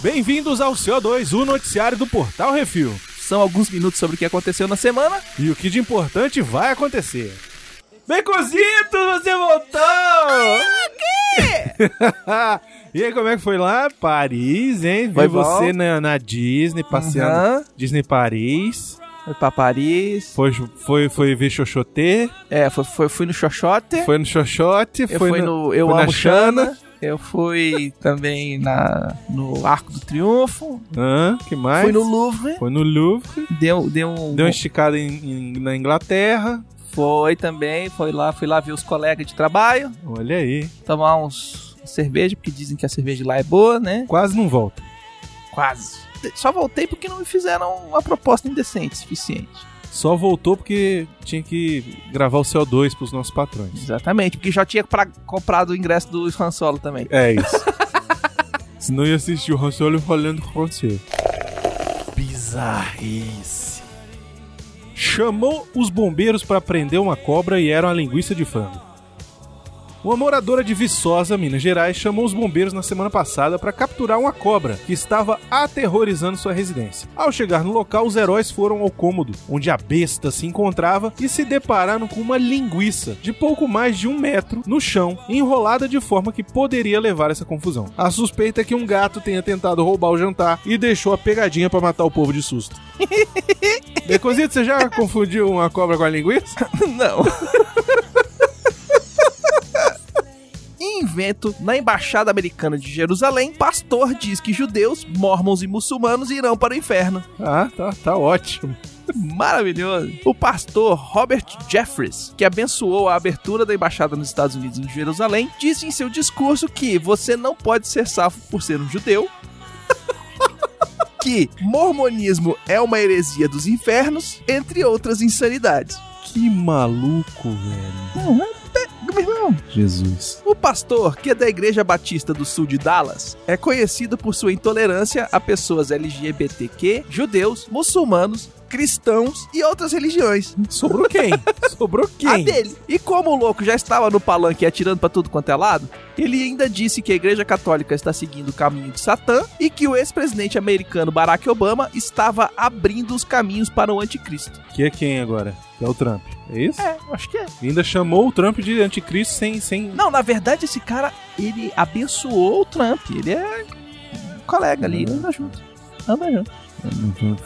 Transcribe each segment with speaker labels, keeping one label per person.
Speaker 1: Bem-vindos ao CO2, o noticiário do Portal Refil.
Speaker 2: São alguns minutos sobre o que aconteceu na semana.
Speaker 1: E o que de importante vai acontecer. Becozito, você voltou! e aí, como é que foi lá? Paris, hein? Vi
Speaker 2: Foi bom?
Speaker 1: você na, na Disney, passeando.
Speaker 2: Aham.
Speaker 1: Disney Paris.
Speaker 2: Foi pra Paris.
Speaker 1: Foi, foi, foi ver Xoxotê.
Speaker 2: É, foi, foi- fui no Xoxote.
Speaker 1: Foi no Xoxote.
Speaker 2: eu
Speaker 1: foi
Speaker 2: fui no, Eu
Speaker 1: foi na
Speaker 2: Amo
Speaker 1: Xana.
Speaker 2: Xana. Eu fui também na, no Arco do Triunfo.
Speaker 1: Hã? que mais?
Speaker 2: Fui no Louvre.
Speaker 1: Foi no Louvre.
Speaker 2: Deu, deu um.
Speaker 1: Deu uma esticada em- em- na Inglaterra.
Speaker 2: Foi também. Foi lá, fui lá ver os colegas de trabalho.
Speaker 1: Olha aí.
Speaker 2: Tomar uns cerveja, porque dizem que a cerveja de lá é boa, né?
Speaker 1: Quase não volta.
Speaker 2: Quase. Só voltei porque não me fizeram uma proposta indecente suficiente.
Speaker 1: Só voltou porque tinha que gravar o CO2 pros nossos patrões.
Speaker 2: Exatamente, porque já tinha pra- comprado o ingresso do Han Solo também.
Speaker 1: É isso. Senão ia assistir o Han Solo rolando com você. Bizarrice. Chamou os bombeiros para prender uma cobra e era uma linguiça de frango. Uma moradora de Viçosa, Minas Gerais, chamou os bombeiros na semana passada para capturar uma cobra que estava aterrorizando sua residência. Ao chegar no local, os heróis foram ao cômodo, onde a besta se encontrava e se depararam com uma linguiça de pouco mais de um metro no chão, enrolada de forma que poderia levar a essa confusão. A suspeita é que um gato tenha tentado roubar o jantar e deixou a pegadinha para matar o povo de susto. Decozito, você já confundiu uma cobra com a linguiça?
Speaker 2: Não. Em Invento na Embaixada Americana de Jerusalém, pastor diz que judeus, mormons e muçulmanos irão para o inferno.
Speaker 1: Ah, tá, tá ótimo.
Speaker 2: Maravilhoso. O pastor Robert Jeffries, que abençoou a abertura da embaixada nos Estados Unidos em Jerusalém, disse em seu discurso que você não pode ser salvo por ser um judeu. Que mormonismo é uma heresia dos infernos, entre outras insanidades.
Speaker 1: Que maluco, velho.
Speaker 2: Uhum. É, Meu irmão,
Speaker 1: Jesus.
Speaker 2: O pastor, que é da Igreja Batista do Sul de Dallas, é conhecido por sua intolerância a pessoas LGBTQ, judeus, muçulmanos, cristãos e outras religiões.
Speaker 1: Sobrou quem? Sobrou
Speaker 2: A
Speaker 1: quem?
Speaker 2: dele. E como o louco já estava no palanque atirando pra tudo quanto é lado, ele ainda disse que a Igreja Católica está seguindo o caminho de Satã e que o ex-presidente americano Barack Obama estava abrindo os caminhos para o anticristo.
Speaker 1: Que é quem agora? Que é o Trump. É isso?
Speaker 2: É, acho que é.
Speaker 1: Ainda chamou o Trump de anticristo sem. sem...
Speaker 2: Não, na verdade, esse cara, ele abençoou o Trump. Ele é colega ali, anda junto. Anda junto.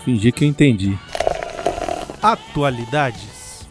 Speaker 1: Fingir Uhum. que eu entendi. Atualidades.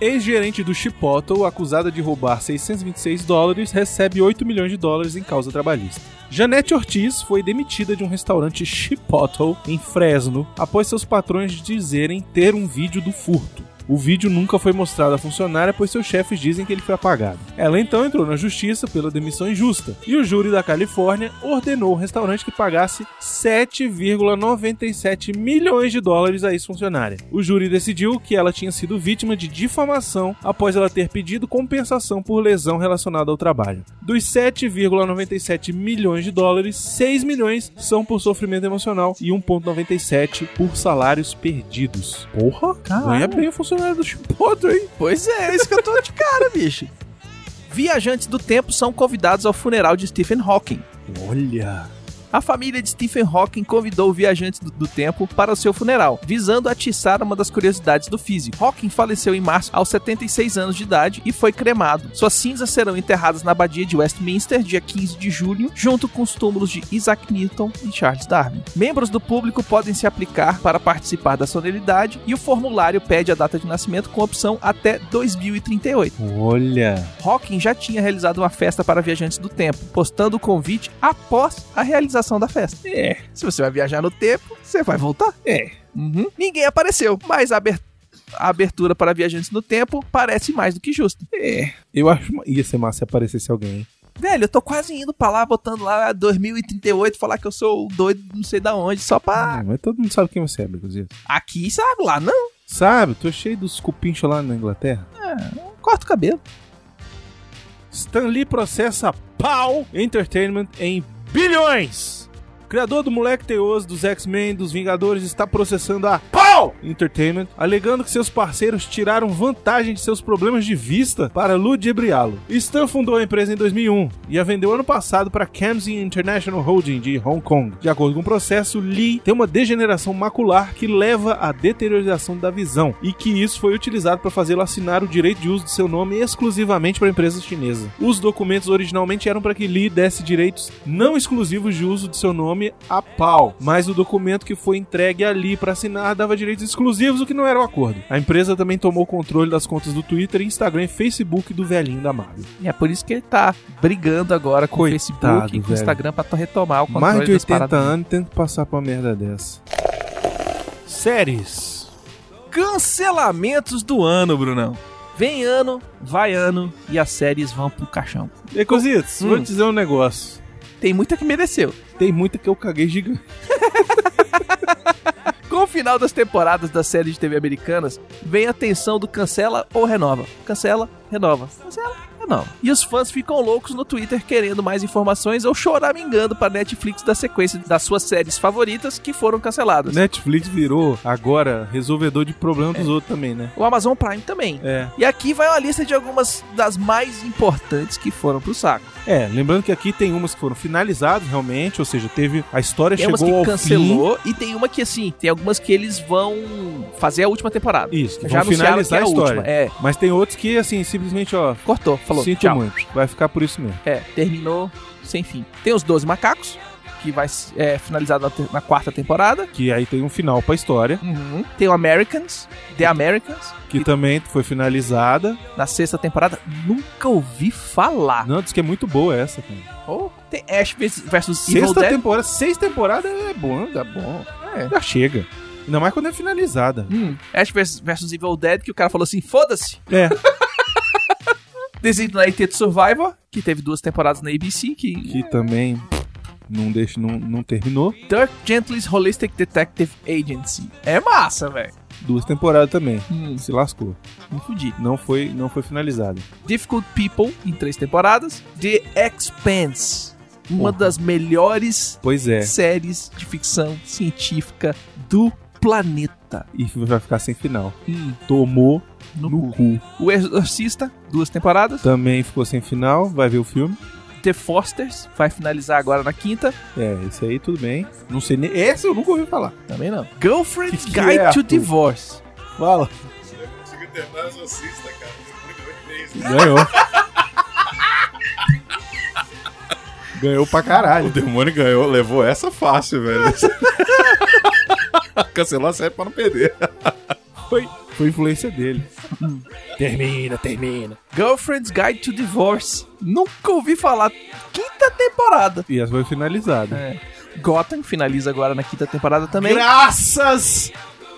Speaker 1: Ex-gerente do Chipotle, acusada de roubar 626 dólares, recebe 8 milhões de dólares em causa trabalhista. Janete Ortiz foi demitida de um restaurante Chipotle em Fresno após seus patrões dizerem ter um vídeo do furto. O vídeo nunca foi mostrado à funcionária, pois seus chefes dizem que ele foi apagado. Ela então entrou na justiça pela demissão injusta, e o júri da Califórnia ordenou o restaurante que pagasse 7,97 milhões de dólares a ex-funcionária. O júri decidiu que ela tinha sido vítima de difamação após ela ter pedido compensação por lesão relacionada ao trabalho. Dos 7,97 milhões de dólares, 6 milhões são por sofrimento emocional e 1,97 por salários perdidos. Porra! Ganha bem o funcionário do Chipotle, hein?
Speaker 2: Pois é, é isso que eu tô de cara, bicho. Viajantes do tempo são convidados ao funeral de Stephen Hawking.
Speaker 1: Olha!
Speaker 2: A família de Stephen Hawking convidou viajantes do, do tempo para o seu funeral, visando atiçar uma das curiosidades do físico. Hawking faleceu em março aos 76 anos de idade e foi cremado. Suas cinzas serão enterradas na abadia de Westminster, dia 15 de julho, junto com os túmulos de Isaac Newton e Charles Darwin. Membros do público podem se aplicar para participar da sonoridade e o formulário pede a data de nascimento com opção até 2038.
Speaker 1: Olha!
Speaker 2: Hawking já tinha realizado uma festa para viajantes do tempo, postando o convite após a realização da festa. É. Se você vai viajar no tempo, você vai voltar? É. Ninguém apareceu, mas a aber- a abertura para viajantes no tempo parece mais do que justa. É.
Speaker 1: Eu acho que ia ser massa se aparecesse alguém. hein?
Speaker 2: Velho, eu tô quase indo pra lá, botando lá 2038, falar que eu sou o doido não sei da onde, só pra.
Speaker 1: Ah, mas todo mundo sabe quem você é, inclusive.
Speaker 2: Aqui, sabe? Lá não.
Speaker 1: Sabe, tô cheio dos cupinchos lá na Inglaterra.
Speaker 2: Corta o cabelo.
Speaker 1: Stanley processa Pau Entertainment em bilhões. Criador do Moleque Teoso, dos X-Men, dos Vingadores, está processando a PAU Entertainment, alegando que seus parceiros tiraram vantagem de seus problemas de vista para ludibriá-lo. Stan fundou a empresa em 2001 e a vendeu ano passado para Camzy International Holding de Hong Kong. De acordo com o processo, Lee tem uma degeneração macular que leva à deterioração da visão e que isso foi utilizado para fazê-lo assinar o direito de uso de seu nome exclusivamente para a empresa chinesa. Os documentos originalmente eram para que Lee desse direitos não exclusivos de uso de seu nome a pau, mas o documento que foi entregue a Lee para assinar dava direitos exclusivos, o que não era o acordo. A empresa também tomou o controle das contas do Twitter, Instagram e Facebook do velhinho da Marvel.
Speaker 2: E é por isso que ele tá brigando agora com o
Speaker 1: Coitado,
Speaker 2: Facebook e com o
Speaker 1: velho.
Speaker 2: Instagram pra to- retomar o controle
Speaker 1: Mais de
Speaker 2: das
Speaker 1: 80
Speaker 2: paradas.
Speaker 1: anos tento passar por uma merda dessa. Séries.
Speaker 2: Cancelamentos do ano, Brunão. Vem ano, vai ano e as séries vão pro caixão.
Speaker 1: Ecositos,
Speaker 2: Hum.
Speaker 1: vou te dizer um negócio.
Speaker 2: Tem muita que mereceu.
Speaker 1: Tem muita que eu caguei gigante.
Speaker 2: Com o final das temporadas das séries de TV americanas, vem a tensão do cancela ou renova. Cancela, renova. Cancela, renova. E os fãs ficam loucos no Twitter querendo mais informações ou choramingando pra Netflix da sequência das suas séries favoritas que foram canceladas.
Speaker 1: Netflix virou agora resolvedor de problema
Speaker 2: É.
Speaker 1: dos outros também, né?
Speaker 2: O Amazon Prime também.
Speaker 1: É.
Speaker 2: E aqui vai uma lista de algumas das mais importantes que foram pro saco.
Speaker 1: É, lembrando que aqui tem umas que foram finalizadas realmente, ou seja, teve a história
Speaker 2: Tem umas
Speaker 1: chegou
Speaker 2: que
Speaker 1: ao fim.
Speaker 2: cancelou e tem uma que assim, tem algumas que eles vão fazer a última temporada.
Speaker 1: Isso, que vão
Speaker 2: Já anunciaram que é
Speaker 1: finalizar
Speaker 2: a
Speaker 1: a
Speaker 2: última.
Speaker 1: história.
Speaker 2: É,
Speaker 1: Mas tem outros que assim, simplesmente, ó,
Speaker 2: cortou, falou.
Speaker 1: sinto
Speaker 2: tchau.
Speaker 1: muito. Vai ficar por isso mesmo.
Speaker 2: É, terminou sem fim. Tem os 12 macacos, que vai é, finalizar na, ter- na quarta temporada.
Speaker 1: Que aí tem um final pra história,
Speaker 2: Tem o Americans, The Americans,
Speaker 1: que também foi finalizada.
Speaker 2: na sexta temporada. Nunca ouvi falar.
Speaker 1: Não, diz que é muito boa essa, cara.
Speaker 2: Oh, tem Ash vs Evil
Speaker 1: Sexta
Speaker 2: Dead.
Speaker 1: temporada, seis temporadas é bom,
Speaker 2: Tá bom. É.
Speaker 1: já chega. Ainda mais quando é finalizada.
Speaker 2: Hum, Ash vs Evil Dead, que o cara falou assim, foda-se.
Speaker 1: É,
Speaker 2: Designated Survivor, que teve duas temporadas na ABC, que...
Speaker 1: que também não deixa, não, não terminou.
Speaker 2: Dirk Gently's Holistic Detective Agency. É massa, velho.
Speaker 1: Duas temporadas também.
Speaker 2: Hum,
Speaker 1: Se lascou.
Speaker 2: me fudi.
Speaker 1: Não foi, não foi finalizada.
Speaker 2: Difficult People, em três temporadas. The Expanse, uma
Speaker 1: Porra.
Speaker 2: das melhores
Speaker 1: Pois é.
Speaker 2: séries de ficção científica do planeta.
Speaker 1: E vai ficar sem final.
Speaker 2: Hum,
Speaker 1: Tomou
Speaker 2: no
Speaker 1: no,
Speaker 2: cu.
Speaker 1: cu.
Speaker 2: O Exorcista, duas temporadas.
Speaker 1: Também ficou sem final. Vai ver o filme.
Speaker 2: The Fosters, vai finalizar agora na quinta.
Speaker 1: É, isso aí tudo bem. Não sei nem. Essa eu nunca ouvi falar.
Speaker 2: Também não. Girlfriend's
Speaker 1: Que que
Speaker 2: Guide
Speaker 1: é,
Speaker 2: to
Speaker 1: Arthur?
Speaker 2: Divorce.
Speaker 1: Fala.
Speaker 3: Eu não consigo terminar o Exorcista, cara. Eu nunca vi três, né?
Speaker 1: Ganhou. Ganhou pra
Speaker 3: O
Speaker 1: caralho.
Speaker 3: demônio ganhou, levou essa fácil, velho. Cancelou a série pra não perder.
Speaker 1: Foi, foi influência dele.
Speaker 2: Termina, termina. Girlfriend's Guide to Divorce. Nunca ouvi falar. Quinta temporada.
Speaker 1: E essa foi finalizada.
Speaker 2: É. Gotham finaliza agora na quinta temporada também.
Speaker 1: Graças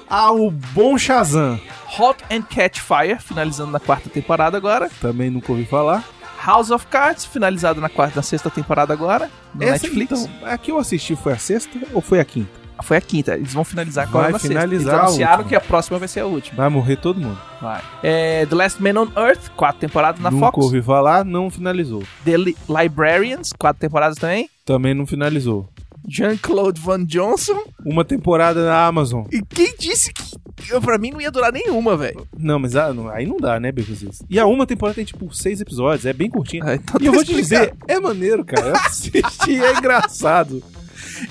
Speaker 1: ao bom Shazam.
Speaker 2: Hot and Catch Fire, finalizando na quarta temporada agora.
Speaker 1: Também nunca ouvi falar.
Speaker 2: House of Cards, finalizado na quarta, na sexta temporada agora. No
Speaker 1: Essa,
Speaker 2: Netflix. Ah,
Speaker 1: Então, a que eu assisti foi a sexta ou foi a quinta?
Speaker 2: Foi a quinta. Eles vão finalizar agora
Speaker 1: Vai
Speaker 2: na
Speaker 1: finalizar
Speaker 2: sexta. Eles
Speaker 1: a
Speaker 2: anunciaram
Speaker 1: última.
Speaker 2: que a próxima vai ser a última.
Speaker 1: Vai morrer todo mundo.
Speaker 2: Vai. É, The Last Man on Earth, quatro temporadas na
Speaker 1: nunca
Speaker 2: Fox.
Speaker 1: ouvi falar, não finalizou.
Speaker 2: The Li- Librarians, quatro temporadas também.
Speaker 1: Também não finalizou.
Speaker 2: Jean-Claude Van Johnson.
Speaker 1: Uma temporada na Amazon.
Speaker 2: E quem disse que eu, pra mim não ia durar nenhuma, velho?
Speaker 1: Não, mas ah, não- aí não dá, né, Becositos? E a uma temporada tem, tipo, seis episódios, é bem curtinha.
Speaker 2: Ah, então
Speaker 1: e eu
Speaker 2: tá
Speaker 1: vou te dizer,
Speaker 2: explicado.
Speaker 1: é maneiro, cara. Eu assisti, é engraçado.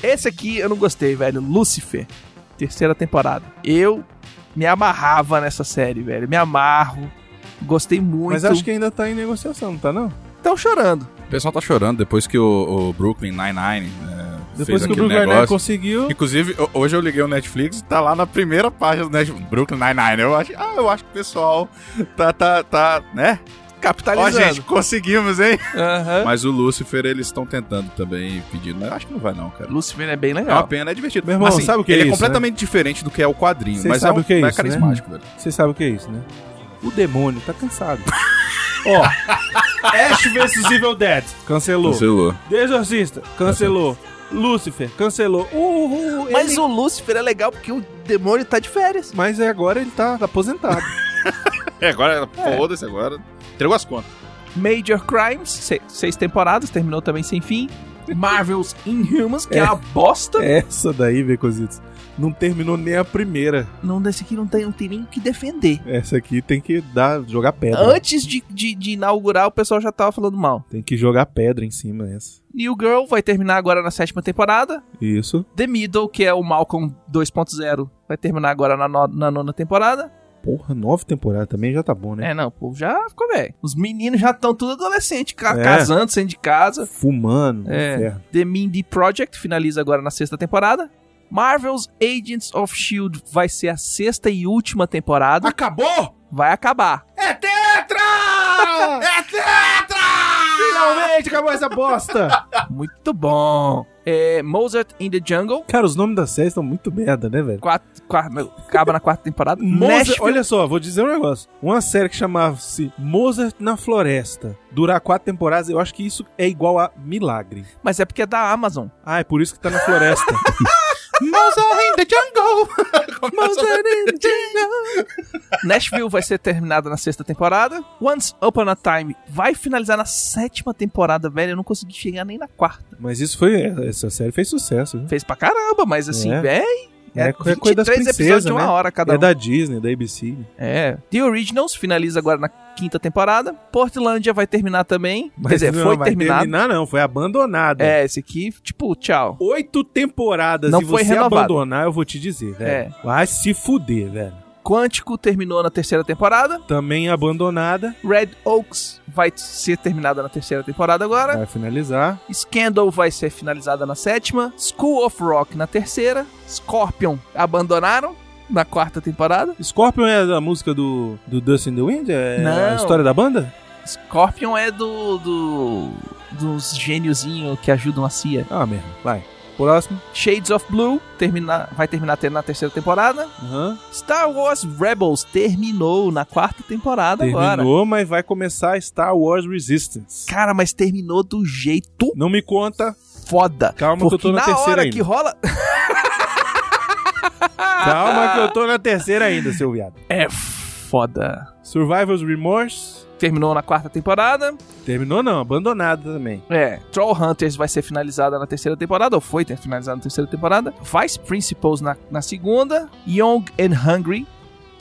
Speaker 2: Esse aqui eu não gostei, velho. Lucifer, terceira temporada. Eu me amarrava nessa série, velho. Me amarro. Gostei muito.
Speaker 1: Mas acho que ainda tá em negociação, não tá, não?
Speaker 2: estão chorando.
Speaker 3: O pessoal tá chorando depois que o, o Brooklyn Nine-Nine né,
Speaker 1: Depois
Speaker 3: fez
Speaker 1: que o
Speaker 3: aquele
Speaker 1: Bruno Garner
Speaker 3: negócio.
Speaker 1: conseguiu...
Speaker 3: Inclusive, ho- hoje eu liguei o Netflix, tá lá na primeira página do Netflix, Brooklyn Nine-Nine. Eu acho, ah, eu acho que o pessoal tá, tá, tá, né? Ó, gente,
Speaker 2: Capitalizando.
Speaker 3: conseguimos, hein?
Speaker 2: Aham.
Speaker 3: Mas o Lucifer, eles estão tentando também, pedindo, mas eu acho que não vai não, cara.
Speaker 2: Lucifer é bem
Speaker 3: É uma
Speaker 2: legal.
Speaker 3: pena, é divertido.
Speaker 1: Meu irmão,
Speaker 3: Assim,
Speaker 1: sabe o que é
Speaker 3: ele
Speaker 1: isso,
Speaker 3: completamente diferente do que é o quadrinho,
Speaker 1: Vocês
Speaker 3: mas é,
Speaker 1: sabem
Speaker 3: um,
Speaker 1: o que é
Speaker 3: mas
Speaker 1: isso, né?
Speaker 3: carismático, velho.
Speaker 1: Vocês sabem o que é isso, né? O demônio tá cansado. Ó, Ash vs Evil Dead, cancelou.
Speaker 3: Cancelou.
Speaker 1: The Exorcista, cancelou. Lucifer, cancelou. Uh, uh, uh,
Speaker 2: Mas
Speaker 1: ele-
Speaker 2: o Lucifer é legal porque o demônio tá de férias.
Speaker 1: Mas agora ele tá aposentado.
Speaker 3: É, agora, foda-se agora. Entregou as contas.
Speaker 2: Major Crimes, se- seis temporadas, terminou também sem fim. Marvel's Inhumans, que é, uma bosta.
Speaker 1: Essa daí, Becositos, não terminou nem a primeira.
Speaker 2: Não, desse aqui não tem, não tem nem o que defender.
Speaker 1: Essa aqui tem que dar, jogar pedra.
Speaker 2: Antes de, de, de inaugurar, o pessoal já tava falando mal.
Speaker 1: Tem que jogar pedra em cima essa.
Speaker 2: New Girl vai terminar agora na sétima temporada.
Speaker 1: Isso.
Speaker 2: The Middle, que é o Malcolm 2.0, vai terminar agora na, no- na nona temporada.
Speaker 1: Porra, nove temporadas também já tá bom, né?
Speaker 2: É, não, o povo já ficou velho. Os meninos já estão tudo adolescente, ca-
Speaker 1: É.
Speaker 2: casando, saindo de casa.
Speaker 1: Fumando,
Speaker 2: É.
Speaker 1: inferno.
Speaker 2: The Mindy Project finaliza agora na sexta temporada. Marvel's Agents of S.H.I.E.L.D. vai ser a sexta e última temporada.
Speaker 3: Acabou!
Speaker 2: Vai acabar.
Speaker 3: É tetra! é tetra!
Speaker 1: Finalmente acabou essa bosta!
Speaker 2: Muito bom. É, Mozart in the Jungle.
Speaker 1: Cara, os nomes das séries estão muito merda, né, velho?
Speaker 2: Quatro, quar- meu, acaba na quarta temporada.
Speaker 1: Mozart,
Speaker 2: Nashville.
Speaker 1: olha só, vou dizer um negócio. Uma série que chamava-se Mozart na Floresta, durar quatro temporadas, eu acho que isso é igual a milagre.
Speaker 2: Mas é porque é da Amazon.
Speaker 1: Ah, é por isso que tá na floresta.
Speaker 3: Mozart in the jungle!
Speaker 1: é
Speaker 2: Nashville vai ser terminada na sexta temporada. Once Upon a Time vai finalizar na sétima temporada, velho. Eu não consegui chegar nem na quarta.
Speaker 1: Mas isso foi. Essa série fez sucesso, viu?
Speaker 2: Fez pra caramba, mas assim,
Speaker 1: É.
Speaker 2: velho.
Speaker 1: É, é coisa das
Speaker 2: episódios
Speaker 1: princesas,
Speaker 2: de uma
Speaker 1: né?
Speaker 2: hora cada
Speaker 1: É
Speaker 2: um.
Speaker 1: da Disney, da ABC.
Speaker 2: É. The Originals finaliza agora na quinta temporada. Portlandia vai terminar também. Quer dizer,
Speaker 1: não
Speaker 2: foi
Speaker 1: vai
Speaker 2: terminado.
Speaker 1: terminar, não, foi abandonado.
Speaker 2: É, esse aqui, tipo, tchau.
Speaker 1: Oito temporadas
Speaker 2: Não
Speaker 1: e
Speaker 2: foi
Speaker 1: você
Speaker 2: renovado. É.
Speaker 1: abandonar, eu vou te dizer, velho. Vai se fuder, velho.
Speaker 2: Quântico terminou na terceira temporada.
Speaker 1: Também é abandonada.
Speaker 2: Red Oaks vai ser terminada na terceira temporada agora.
Speaker 1: Vai finalizar.
Speaker 2: Scandal vai ser finalizada na sétima. School of Rock na terceira. Scorpion abandonaram na quarta temporada.
Speaker 1: Scorpion é a música do, do Dust in the Wind? É
Speaker 2: Não.
Speaker 1: a história da banda?
Speaker 2: Scorpion é do. do dos gêniozinho que ajudam a CIA.
Speaker 1: Ah, mesmo. Vai. Próximo.
Speaker 2: Shades of Blue termina, vai terminar até na terceira temporada.
Speaker 1: Aham.
Speaker 2: Star Wars Rebels terminou na quarta temporada agora.
Speaker 1: Terminou, mas vai começar Star Wars Resistance.
Speaker 2: Cara, mas terminou do jeito
Speaker 1: Não me conta.
Speaker 2: foda.
Speaker 1: Calma
Speaker 2: Porque
Speaker 1: que eu tô na,
Speaker 2: na
Speaker 1: terceira
Speaker 2: hora
Speaker 1: ainda.
Speaker 2: que rola.
Speaker 1: Calma que eu tô na terceira ainda, seu viado.
Speaker 2: É foda.
Speaker 1: Survivor's Remorse.
Speaker 2: Terminou na quarta temporada.
Speaker 1: Terminou não, abandonada também.
Speaker 2: É, Troll Hunters vai ser finalizada na terceira temporada, ou foi ter- finalizada na terceira temporada. Vice Principals na, na segunda. Young and Hungry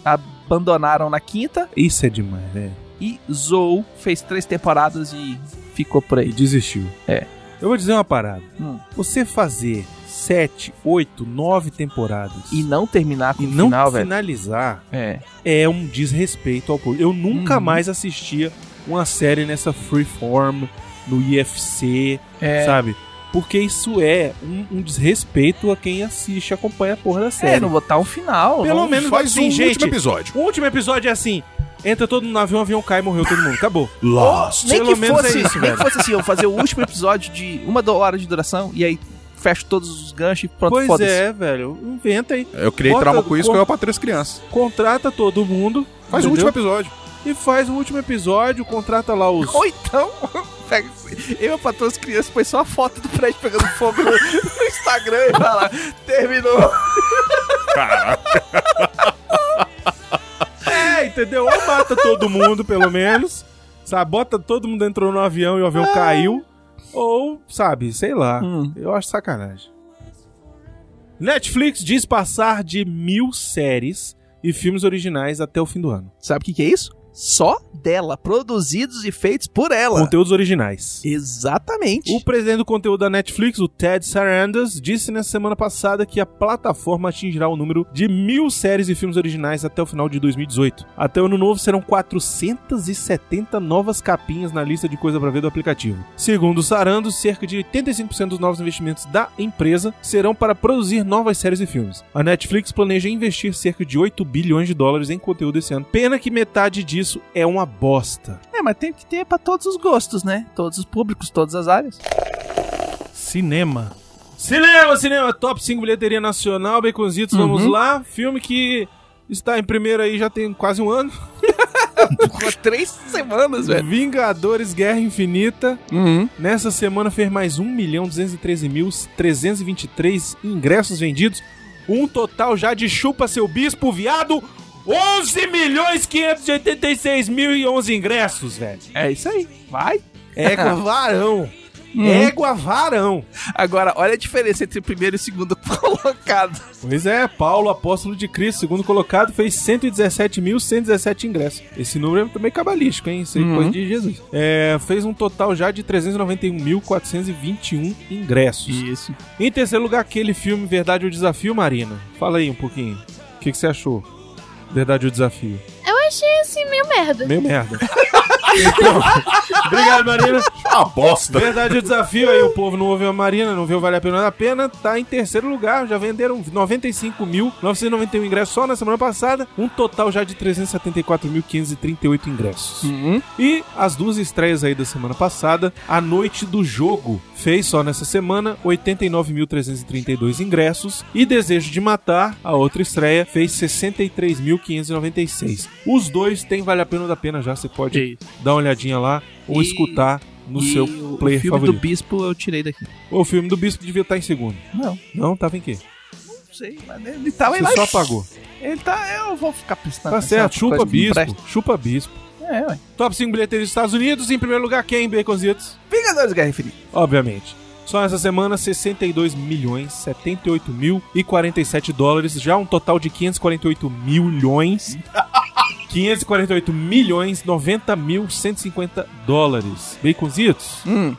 Speaker 2: abandonaram na quinta.
Speaker 1: Isso é demais, né?
Speaker 2: E Zou fez três temporadas e ficou por
Speaker 1: E
Speaker 2: aí.
Speaker 1: desistiu.
Speaker 2: É.
Speaker 1: Eu vou dizer uma parada.
Speaker 2: Hum.
Speaker 1: Você fazer 7, 8, 9 temporadas
Speaker 2: E não terminar com
Speaker 1: e
Speaker 2: o
Speaker 1: não
Speaker 2: final, velho.
Speaker 1: finalizar
Speaker 2: É.
Speaker 1: é um desrespeito ao público. Eu nunca
Speaker 2: Uhum.
Speaker 1: mais assistia uma série nessa freeform, no IFC,
Speaker 2: É.
Speaker 1: sabe? Porque isso é um, um desrespeito a quem assiste, acompanha a porra da série.
Speaker 2: É, não botar um final.
Speaker 1: Pelo
Speaker 2: não-
Speaker 1: menos
Speaker 3: Faz
Speaker 1: assim,
Speaker 3: um
Speaker 1: gente.
Speaker 3: último episódio.
Speaker 1: O último episódio é assim: entra todo mundo no avião, o avião cai, morreu todo mundo. Acabou.
Speaker 3: Lost.
Speaker 2: Nem
Speaker 1: Pelo
Speaker 2: que
Speaker 1: menos
Speaker 2: fosse,
Speaker 1: é isso,
Speaker 2: nem
Speaker 1: velho.
Speaker 2: que fosse assim, eu fazer o último episódio de uma do- hora de duração e aí fecho todos os ganchos e pronto,
Speaker 1: pois
Speaker 2: foda-se.
Speaker 1: é, velho. Inventa aí.
Speaker 3: Eu criei
Speaker 1: Bota-
Speaker 3: trauma com isso
Speaker 1: co-
Speaker 3: que eu para três crianças.
Speaker 1: Contrata todo mundo.
Speaker 3: Faz o
Speaker 1: entendeu?
Speaker 3: último episódio.
Speaker 1: E faz o último episódio, contrata lá os.
Speaker 2: Ou então, pega, eu pra todas as crianças, põe só a foto do prédio pegando fogo no, no Instagram e fala, terminou.
Speaker 1: É, entendeu? Ou mata todo mundo, pelo menos. Sabe? Bota todo mundo entrou no avião e o avião caiu. Ou, sabe, sei lá.
Speaker 2: Hum.
Speaker 1: Eu acho sacanagem. Netflix diz passar de mil séries e filmes originais até o fim do ano.
Speaker 2: Sabe o que, que é isso? Só dela, produzidos e feitos por ela.
Speaker 1: Conteúdos originais.
Speaker 2: Exatamente.
Speaker 1: O presidente do conteúdo da Netflix, o Ted Sarandos, disse na semana passada que a plataforma atingirá o número de mil séries e filmes originais até o final de 2018. Até o ano novo serão 470 novas capinhas na lista de coisa pra ver do aplicativo. Segundo Sarandos, cerca de 85% dos novos investimentos da empresa serão para produzir novas séries e filmes. A Netflix planeja investir cerca de 8 bilhões de dólares em conteúdo esse ano. Pena que metade disso é uma bosta.
Speaker 2: É, mas tem que ter pra todos os gostos, né? Todos os públicos, todas as áreas.
Speaker 1: Cinema. Cinema, cinema, top 5 bilheteria nacional, Baconzitos, vamos
Speaker 2: Uhum.
Speaker 1: lá. Filme que está em primeiro aí já tem quase um ano.
Speaker 2: Ficou três semanas, velho.
Speaker 1: Vingadores Guerra Infinita.
Speaker 2: Uhum.
Speaker 1: Nessa semana fez mais 1.213.323 ingressos vendidos. Um total já de chupa seu bispo, viado. 11.586.011 ingressos, velho.
Speaker 2: É isso aí. Vai.
Speaker 1: É com varão. Égua varão.
Speaker 2: Agora, olha a diferença entre o primeiro e o segundo colocado.
Speaker 1: Pois é, Paulo, apóstolo de Cristo, segundo colocado, fez 117.117 ingressos. Esse número é meio cabalístico, hein? Isso aí é
Speaker 2: Uhum.
Speaker 1: coisa de Jesus. É, fez um total já de 391.421 ingressos.
Speaker 2: Isso.
Speaker 1: Em terceiro lugar, aquele filme Verdade ou Desafio, Marina. Fala aí um pouquinho. O que, que você achou? Verdade ou Desafio?
Speaker 4: Eu achei assim meio merda.
Speaker 1: Meio merda. Então, obrigado, Marina.
Speaker 3: Uma bosta.
Speaker 1: Verdade ou Desafio, aí o povo não ouviu a Marina, não viu Vale a Pena da Pena. Tá em terceiro lugar, já venderam 95.991 ingressos só na semana passada. Um total já de 374.538 ingressos.
Speaker 2: Hum. Uhum.
Speaker 1: E as duas estreias aí da semana passada, a noite do jogo fez só nessa semana 89.332 ingressos e Desejo de Matar, a outra estreia, fez 63.596. Os dois têm Vale a Pena ou da Pena já, você pode
Speaker 2: Isso.
Speaker 1: dar uma olhadinha lá ou
Speaker 2: E-
Speaker 1: escutar no
Speaker 2: E
Speaker 1: seu
Speaker 2: o
Speaker 1: player
Speaker 2: filme do
Speaker 1: favorito.
Speaker 2: Bispo eu tirei daqui.
Speaker 1: O filme do Bispo devia estar em segundo.
Speaker 2: Não,
Speaker 1: Não, tava em quê?
Speaker 2: não sei, mas ele tava
Speaker 1: Você só apagou.
Speaker 2: Ele tá. Eu vou ficar pensando.
Speaker 1: Tá
Speaker 2: nessa
Speaker 1: certo, chupa
Speaker 2: coisa que não presta.
Speaker 1: Bispo, chupa Bispo.
Speaker 2: É, ué.
Speaker 1: Top 5 bilheterias dos Estados Unidos, em primeiro lugar quem, Baconzitos?
Speaker 2: Vingadores Guerra Infinita.
Speaker 1: Obviamente. Só nessa semana, 62 milhões 78 mil e 47 dólares, já um total de 548 milhões. 548 milhões 90 mil 150 dólares. Baconzitos,
Speaker 2: Hum.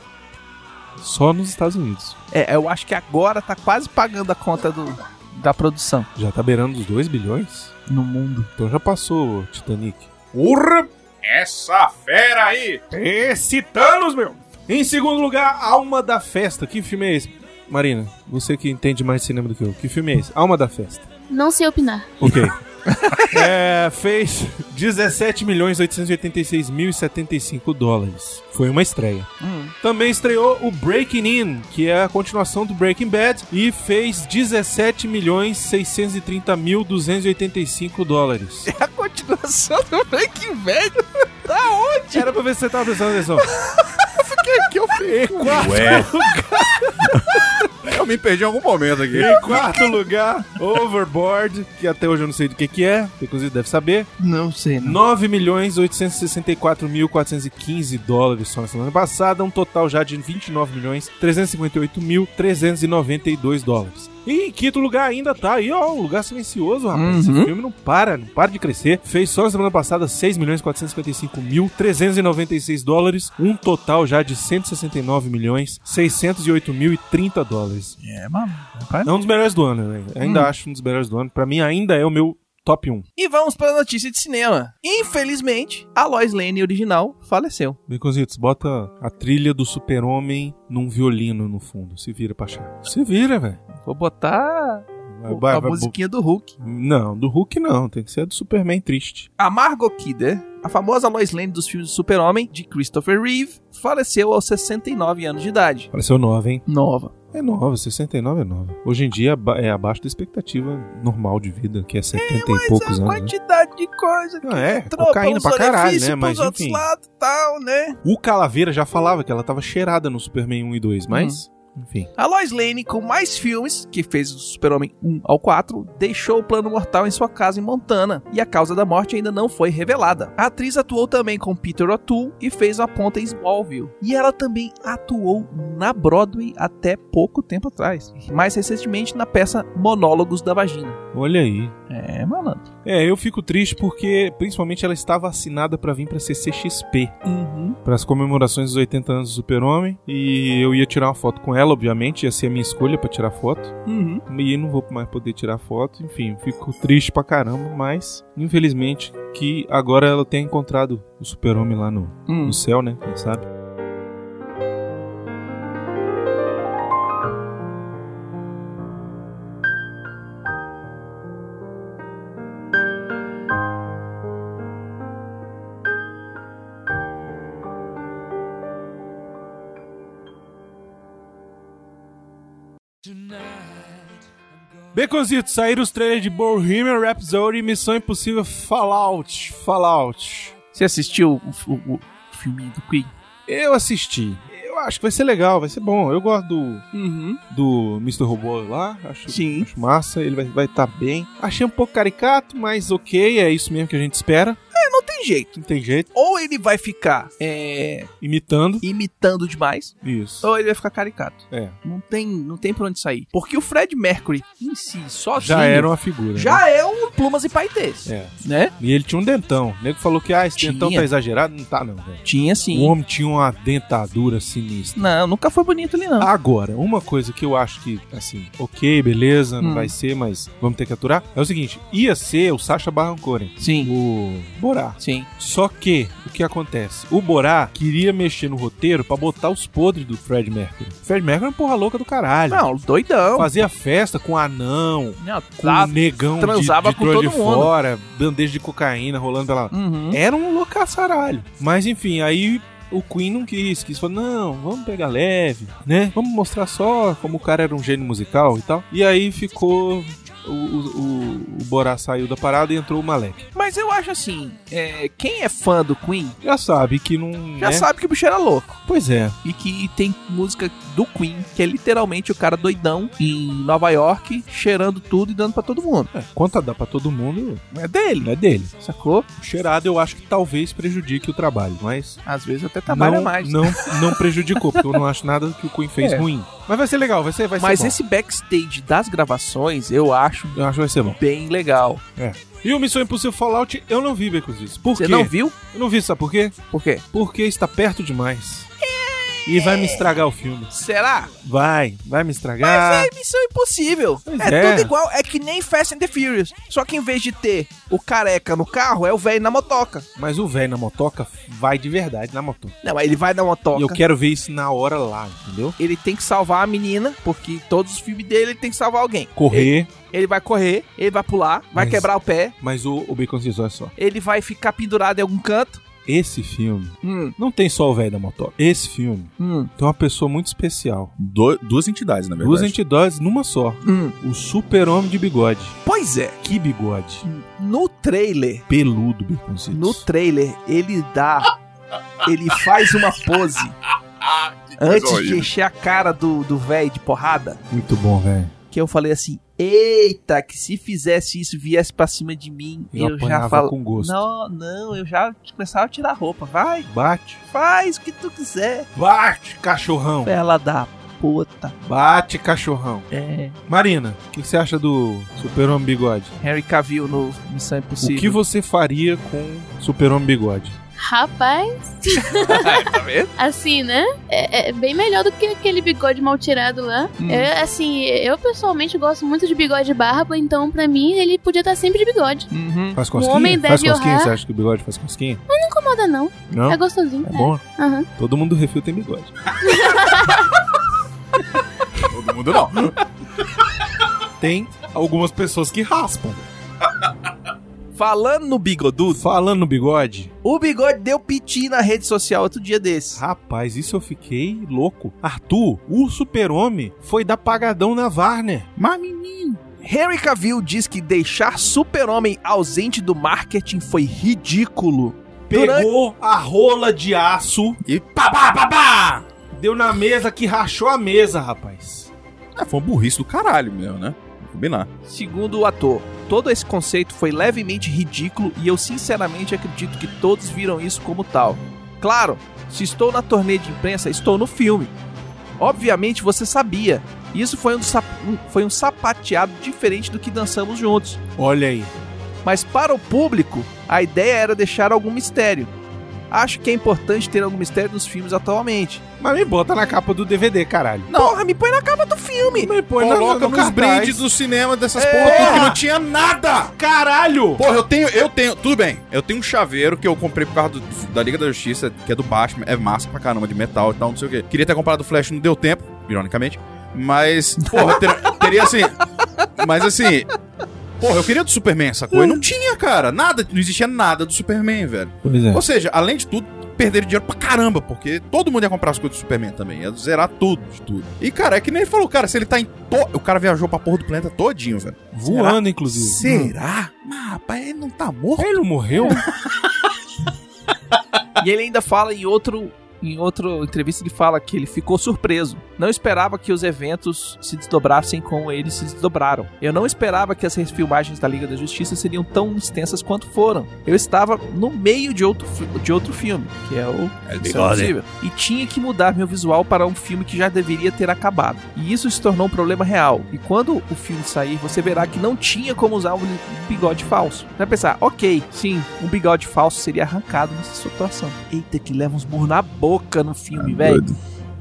Speaker 1: só nos Estados Unidos.
Speaker 2: É, eu acho que agora tá quase pagando a conta do, da produção
Speaker 1: Já tá beirando os 2 bilhões?
Speaker 2: no mundo.
Speaker 1: Então já passou, Titanic.
Speaker 3: Urra! Essa fera aí!
Speaker 1: Esse Thanos, meu! Em segundo lugar, Alma da Festa. Que filme é esse? Marina, você que entende mais de cinema do que eu. Que filme é esse? Alma da Festa.
Speaker 4: Não sei opinar.
Speaker 1: Ok. É, fez 17 milhões 886 mil e 75 dólares. Foi uma estreia.
Speaker 2: Hum.
Speaker 1: Também estreou o Breaking In, que é a continuação do Breaking Bad, e fez 17 milhões 630 mil 285 dólares.
Speaker 2: É a continuação do Breaking Bad. Da onde?
Speaker 1: Era pra ver se você tava prestando atenção.
Speaker 2: que, que eu fiz?
Speaker 3: Ué! Eu me perdi em algum momento aqui.
Speaker 1: Em quarto lugar, Overboard, que até hoje eu não sei do que que é, inclusive deve saber.
Speaker 2: Não sei, não.
Speaker 1: 9 milhões 864.415 dólares só na semana passada, um total já de 29 milhões 358.392 dólares. E em quinto lugar ainda tá aí, ó, um lugar silencioso, rapaz.
Speaker 2: Uhum.
Speaker 1: Esse filme não para, não para de crescer. Fez só na semana passada 6 milhões 455.396 dólares, um total já de 169 milhões 608.030 dólares.
Speaker 2: É, mano.
Speaker 1: É um dos melhores do ano, velho. Ainda acho um dos melhores do ano. Pra mim, ainda é o meu top 1.
Speaker 2: E vamos pra notícia de cinema. Infelizmente, a Lois Lane original faleceu.
Speaker 1: Baconzitos, bota a trilha do super-homem num violino no fundo. Se vira pra achar. Se vira, velho.
Speaker 2: Vou botar
Speaker 1: Vai-
Speaker 2: o-
Speaker 1: vai-
Speaker 2: a
Speaker 1: vai-
Speaker 2: musiquinha do Hulk.
Speaker 1: Não, do Hulk não. Tem que ser do Superman triste.
Speaker 2: A Margot Kidder, a famosa Lois Lane dos filmes do Super-Homem, de Christopher Reeve, faleceu aos 69 anos de idade.
Speaker 1: Pareceu nova, hein?
Speaker 2: Nova.
Speaker 1: É nova, 69 é nova. Hoje em dia aba- é abaixo da expectativa normal de vida, que é 70 e
Speaker 2: Mas
Speaker 1: poucos
Speaker 2: a
Speaker 1: anos. né?
Speaker 2: quantidade de coisa que
Speaker 1: Não, é,
Speaker 2: entrou
Speaker 1: cocaína
Speaker 2: pelos
Speaker 1: pra caralho,
Speaker 2: orifícios,
Speaker 1: né? Mas
Speaker 2: pros outros
Speaker 1: enfim.
Speaker 2: lados e tal, né?
Speaker 1: O Calaveira já falava que ela tava cheirada no Superman 1 e 2, mas. Enfim.
Speaker 2: A Lois Lane, com mais filmes, que fez o Super-Homem 1 ao 4, deixou o plano mortal em sua casa em Montana, e a causa da morte ainda não foi revelada. A atriz atuou também com Peter O'Toole e fez a ponta em Smallville. E ela também atuou na Broadway até pouco tempo atrás, mais recentemente na peça Monólogos da Vagina.
Speaker 1: Olha aí.
Speaker 2: É, malandro.
Speaker 1: É, eu fico triste porque, principalmente, ela estava assinada pra vir pra CCXP,
Speaker 2: Uhum.
Speaker 1: para as comemorações dos 80 anos do Super-Homem, e eu ia tirar uma foto com ela, obviamente, ia ser a minha escolha pra tirar foto,
Speaker 2: Uhum.
Speaker 1: e não vou mais poder tirar foto, enfim, fico triste pra caramba, mas, infelizmente, que agora ela tenha encontrado o Super-Homem lá no,
Speaker 2: Uhum.
Speaker 1: no céu, né, quem sabe. Baconzitos, saíram os trailers de Bohemian Rhapsody e Missão Impossível Fallout, Fallout.
Speaker 2: Você assistiu o, o, o filme do Queen?
Speaker 1: Eu assisti. Eu acho que vai ser legal, vai ser bom. Eu gosto do,
Speaker 2: Uhum.
Speaker 1: do Mr. Robô lá. Acho,
Speaker 2: Sim.
Speaker 1: acho massa, ele vai estar vai tá bem. Achei um pouco caricato, mas ok, é isso mesmo que a gente espera.
Speaker 2: Não tem tem jeito.
Speaker 1: Não tem jeito.
Speaker 2: Ou ele vai ficar é,
Speaker 1: Imitando.
Speaker 2: imitando demais,
Speaker 1: Isso.
Speaker 2: ou ele vai ficar caricato.
Speaker 1: É.
Speaker 2: Não tem, não tem pra onde sair. Porque o Fred Mercury em si, sozinho,
Speaker 1: Já era uma figura. né?
Speaker 2: já é um Plumas e Paetês,
Speaker 1: É.
Speaker 2: né?
Speaker 1: E ele tinha um dentão. O nego falou que ah, esse
Speaker 2: Tinha.
Speaker 1: dentão tá exagerado. Não tá, não, velho.
Speaker 2: Tinha sim.
Speaker 1: O homem tinha uma dentadura sinistra.
Speaker 2: Não, nunca foi bonito ali não.
Speaker 1: Agora, uma coisa que eu acho que, assim, ok, beleza, não
Speaker 2: Hum.
Speaker 1: vai ser, mas vamos ter que aturar, é o seguinte: ia ser o Sacha Baron Cohen,
Speaker 2: Sim,
Speaker 1: o Borá.
Speaker 2: sim.
Speaker 1: Só que, o que acontece? O Borá queria mexer no roteiro pra botar os podres do Fred Mercury. O Fred Mercury é uma porra louca do caralho.
Speaker 2: Não, é um doidão.
Speaker 1: Fazia festa com anão,
Speaker 2: Não, tá.
Speaker 1: com um negão de-
Speaker 2: transava
Speaker 1: de,
Speaker 2: com
Speaker 1: trolho
Speaker 2: todo
Speaker 1: de
Speaker 2: mundo.
Speaker 1: fora, bandeja de cocaína rolando pela,
Speaker 2: Uhum.
Speaker 1: era um loucaçaralho. Mas enfim, aí o Queen não quis, quis falou, não, vamos pegar leve, né? Vamos mostrar só como o cara era um gênio musical e tal. E aí ficou. O, o, o- o Borá saiu da parada e entrou o Malek.
Speaker 2: Mas eu acho assim, é, quem é fã do Queen
Speaker 1: Já sabe que não.
Speaker 2: já
Speaker 1: né?
Speaker 2: sabe que o bicho era louco.
Speaker 1: Pois é.
Speaker 2: E que tem música do Queen, que é literalmente o cara doidão em Nova York, cheirando tudo e dando pra todo mundo.
Speaker 1: é. Conta dá pra todo mundo,
Speaker 2: É dele,
Speaker 1: não é dele.
Speaker 2: sacou?
Speaker 1: O cheirado eu acho que talvez prejudique o trabalho, mas.
Speaker 2: Às vezes até trabalha
Speaker 1: não,
Speaker 2: mais. né?
Speaker 1: Não, não prejudicou, porque eu não acho nada que o Queen fez
Speaker 2: É.
Speaker 1: ruim. Mas vai ser legal, vai ser, vai
Speaker 2: Mas
Speaker 1: ser. bom.
Speaker 2: esse backstage das gravações eu acho
Speaker 1: Eu acho que vai ser bom.
Speaker 2: bem legal.
Speaker 1: E o Missão Impossível Fallout eu não vi, Becozis. Por
Speaker 2: Você
Speaker 1: quê?
Speaker 2: não viu?
Speaker 1: Eu não vi, sabe por quê?
Speaker 2: Por quê?
Speaker 1: Porque está perto demais. E vai me estragar o filme.
Speaker 2: Será?
Speaker 1: Vai, vai me
Speaker 2: Mas
Speaker 1: estragar.
Speaker 2: é Missão Impossível.
Speaker 1: Pois
Speaker 2: é,
Speaker 1: é.
Speaker 2: tudo igual. É que nem Fast and the Furious. Só que em vez de ter o careca no carro, é o velho na motoca.
Speaker 1: Mas o velho na motoca vai de verdade na motoca.
Speaker 2: Não, aí ele vai na motoca.
Speaker 1: E eu quero ver isso na hora lá, entendeu?
Speaker 2: Ele tem que salvar a menina, porque todos os filmes dele ele tem que salvar alguém. Ele,
Speaker 1: Correr,
Speaker 2: ele vai correr, ele vai pular, vai
Speaker 1: Mas-
Speaker 2: quebrar o pé,
Speaker 1: mas o, o Baconzitos, olha só.
Speaker 2: ele vai ficar pendurado em algum canto.
Speaker 1: Esse filme
Speaker 2: Hum,
Speaker 1: não tem só o velho da motoca. Esse filme
Speaker 2: hum,
Speaker 1: tem uma pessoa muito especial.
Speaker 3: Do- duas entidades, na verdade.
Speaker 1: Duas entidades numa só.
Speaker 2: hum.
Speaker 1: O super-homem de bigode.
Speaker 2: Pois é,
Speaker 1: Que bigode?
Speaker 2: no trailer,
Speaker 1: Peludo, Baconzitos.
Speaker 2: no trailer, ele dá. Ele faz uma pose antes de encher a cara do, do velho de porrada.
Speaker 1: Muito bom, velho.
Speaker 2: que eu falei assim: eita, que se fizesse isso, viesse pra cima de mim,
Speaker 1: Eu,
Speaker 2: eu,
Speaker 1: apanhava
Speaker 2: já falo.
Speaker 1: com gosto.
Speaker 2: Não, não, eu já começava a tirar a roupa. Vai,
Speaker 1: Bate.
Speaker 2: faz o que tu quiser.
Speaker 1: Bate, cachorrão.
Speaker 2: Ela da puta.
Speaker 1: Bate, cachorrão.
Speaker 2: É.
Speaker 1: Marina, o que, que você acha do Super-Homem Bigode?
Speaker 2: Harry Cavill no Missão Impossível.
Speaker 1: O que você faria com Super-Homem Bigode?
Speaker 4: Rapaz,
Speaker 2: tá vendo?
Speaker 4: assim, né? É, é bem melhor do que aquele bigode mal tirado lá.
Speaker 2: Hum.
Speaker 4: É, assim, eu pessoalmente gosto muito de bigode e barba, então pra mim ele podia estar sempre de bigode.
Speaker 2: Uhum.
Speaker 1: Faz cosquinha?
Speaker 4: homem
Speaker 1: faz
Speaker 4: deve
Speaker 1: cosquinha?
Speaker 4: honrar-
Speaker 1: Você acha que o bigode faz cosquinha?
Speaker 4: Não incomoda, não.
Speaker 1: Não?
Speaker 4: É gostosinho.
Speaker 1: É bom?
Speaker 4: Aham.
Speaker 1: Todo mundo do refil tem bigode.
Speaker 3: Todo mundo não.
Speaker 1: Tem algumas pessoas que raspam.
Speaker 2: Falando no bigodudo,
Speaker 1: Falando no bigode,
Speaker 2: o bigode deu piti na rede social outro dia desse.
Speaker 1: rapaz, isso eu fiquei louco. Arthur, o Super-Homem foi dar pagadão na Warner.
Speaker 3: Mas, menino.
Speaker 2: Harry Cavill diz que deixar Super-Homem ausente do marketing foi ridículo.
Speaker 1: Pegou a rola de aço,
Speaker 3: E pá, pá, pá, pá.
Speaker 1: deu na mesa que rachou a mesa, rapaz.
Speaker 3: É, foi uma burrice do caralho mesmo, né? Vou Combinar.
Speaker 2: Segundo o ator, todo esse conceito foi levemente ridículo e eu sinceramente acredito que todos viram isso como tal. Claro, se estou na turnê de imprensa, estou no filme. Obviamente você sabia. Isso foi um, sap- um- foi um sapateado diferente do que dançamos juntos.
Speaker 1: Olha aí.
Speaker 2: Mas para o público, a ideia era deixar algum mistério. Acho que é importante ter algum mistério nos filmes atualmente.
Speaker 1: Mas me bota na capa do DVD, caralho.
Speaker 2: Porra, me põe na capa do filme!
Speaker 1: Me põe na-
Speaker 3: Coloca
Speaker 1: no
Speaker 3: nos
Speaker 1: cartaz.
Speaker 3: brindes do cinema dessas
Speaker 2: É.
Speaker 3: porra tudo que não tinha nada.
Speaker 1: Caralho!
Speaker 3: Porra, eu tenho, eu tenho, tudo bem. Eu tenho um chaveiro que eu comprei por causa do- da Liga da Justiça, que é do Batman, é massa pra caramba, de metal e tal, não sei o quê. Queria ter comprado o Flash, não deu tempo, ironicamente. Mas, porra, eu ter- teria assim. Mas assim. Porra, eu queria do Superman, sacou? E não tinha, cara. Nada, não existia nada do Superman, velho.
Speaker 1: Pois é.
Speaker 3: Ou seja, além de tudo, perderam dinheiro pra caramba, porque todo mundo ia comprar as coisas do Superman também. Ia zerar tudo, de tudo. E, cara, é que nem ele falou, cara, se ele tá em. To... O cara viajou pra porra do planeta todinho, velho.
Speaker 1: Voando, inclusive. Hum.
Speaker 3: Será? Mas, rapaz, ele não tá morto?
Speaker 1: Ele não morreu?
Speaker 2: E ele ainda fala em outro Em outra entrevista ele fala que ele ficou surpreso. Não esperava que os eventos se desdobrassem como eles se desdobraram. Eu não esperava que as refilmagens da Liga da Justiça seriam tão extensas quanto foram. Eu estava no meio de outro, fi- de outro filme, que é o
Speaker 3: É
Speaker 2: Missão
Speaker 3: bigode.
Speaker 2: Impossível. E tinha que mudar meu visual para um filme que já deveria ter acabado. E isso se tornou um problema real. E quando o filme sair, você verá que não tinha como usar um bigode falso. Você vai pensar, ok, sim, um bigode falso seria arrancado nessa situação. Eita, que leva uns burros na boca no
Speaker 3: Ah,
Speaker 2: filme, velho.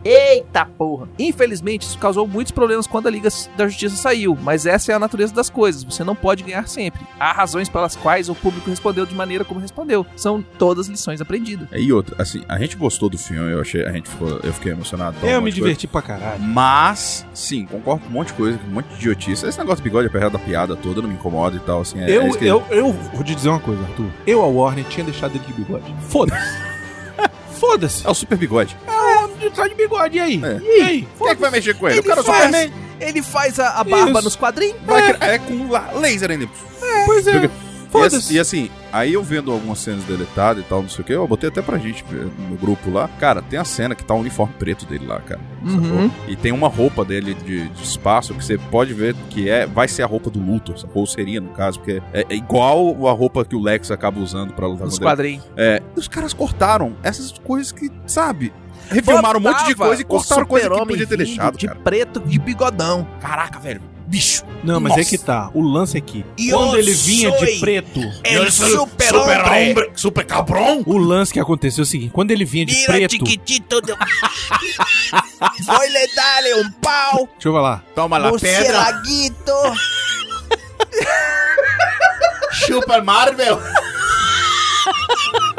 Speaker 2: Eita porra! Infelizmente, isso causou muitos problemas quando a Liga da Justiça saiu, mas essa é a natureza das coisas, você não pode ganhar sempre. Há razões pelas quais o público respondeu de maneira como respondeu. São todas lições aprendidas.
Speaker 3: E outra, assim, a gente gostou do filme, eu achei, a gente ficou, eu fiquei emocionado. tal, um
Speaker 1: Eu
Speaker 3: monte
Speaker 1: me
Speaker 3: de coisa.
Speaker 1: diverti pra caralho.
Speaker 3: Mas, sim, concordo com um monte de coisa, com um monte de idiotice. Esse negócio de bigode, apesar da piada toda, não me incomoda e tal, assim. É, é
Speaker 1: eu,
Speaker 3: esquisito.
Speaker 1: eu, eu vou te dizer uma coisa, Arthur. Eu, a Warner, tinha deixado ele de bigode. Foda-se. Foda-se.
Speaker 3: É o super bigode.
Speaker 1: de trás de bigode, e aí?
Speaker 3: É.
Speaker 1: E aí?
Speaker 3: Quem é que vai mexer com ele?
Speaker 2: Ele
Speaker 3: o cara só
Speaker 2: faz-
Speaker 3: faz...
Speaker 2: Ele faz a, a barba
Speaker 1: Isso.
Speaker 2: nos quadrinhos?
Speaker 3: Vai criar- é com la- laser ainda.
Speaker 1: Pois é.
Speaker 3: Porque- E, as-
Speaker 1: Foda-se.
Speaker 3: e assim, aí eu vendo algumas cenas deletadas e tal, não sei o que, eu botei até pra gente eh, no grupo lá. Cara, tem a cena que tá o uniforme preto dele lá, cara.
Speaker 2: Uhum.
Speaker 3: sacou? E tem uma roupa dele de, de espaço que você pode ver que é, vai ser a roupa do Luthor, sacou? Ou seria, no caso, porque é, é igual a roupa que o Lex acaba usando pra lutar
Speaker 2: Nos
Speaker 3: contra ele.
Speaker 2: quadrinhos.
Speaker 3: É, os caras cortaram essas coisas que, sabe, refilmaram um monte de coisa e cortaram coisa que podia ter deixado,
Speaker 2: De
Speaker 3: cara.
Speaker 2: preto e bigodão.
Speaker 3: Caraca, velho. Bicho.
Speaker 1: Não, mas é
Speaker 3: Nossa.
Speaker 1: que tá. O lance é que
Speaker 2: E
Speaker 1: quando
Speaker 2: eu
Speaker 1: ele vinha de
Speaker 2: sou-
Speaker 1: preto,
Speaker 2: É super
Speaker 3: hombre, super cabrão.
Speaker 1: o lance que aconteceu é o seguinte: quando ele vinha de preto.
Speaker 2: chiquitito. De... Foi lhe dar-lhe um pau.
Speaker 1: Deixa eu falar.
Speaker 3: Toma lá, pedra.
Speaker 2: laguito.
Speaker 3: Chupa Marvel.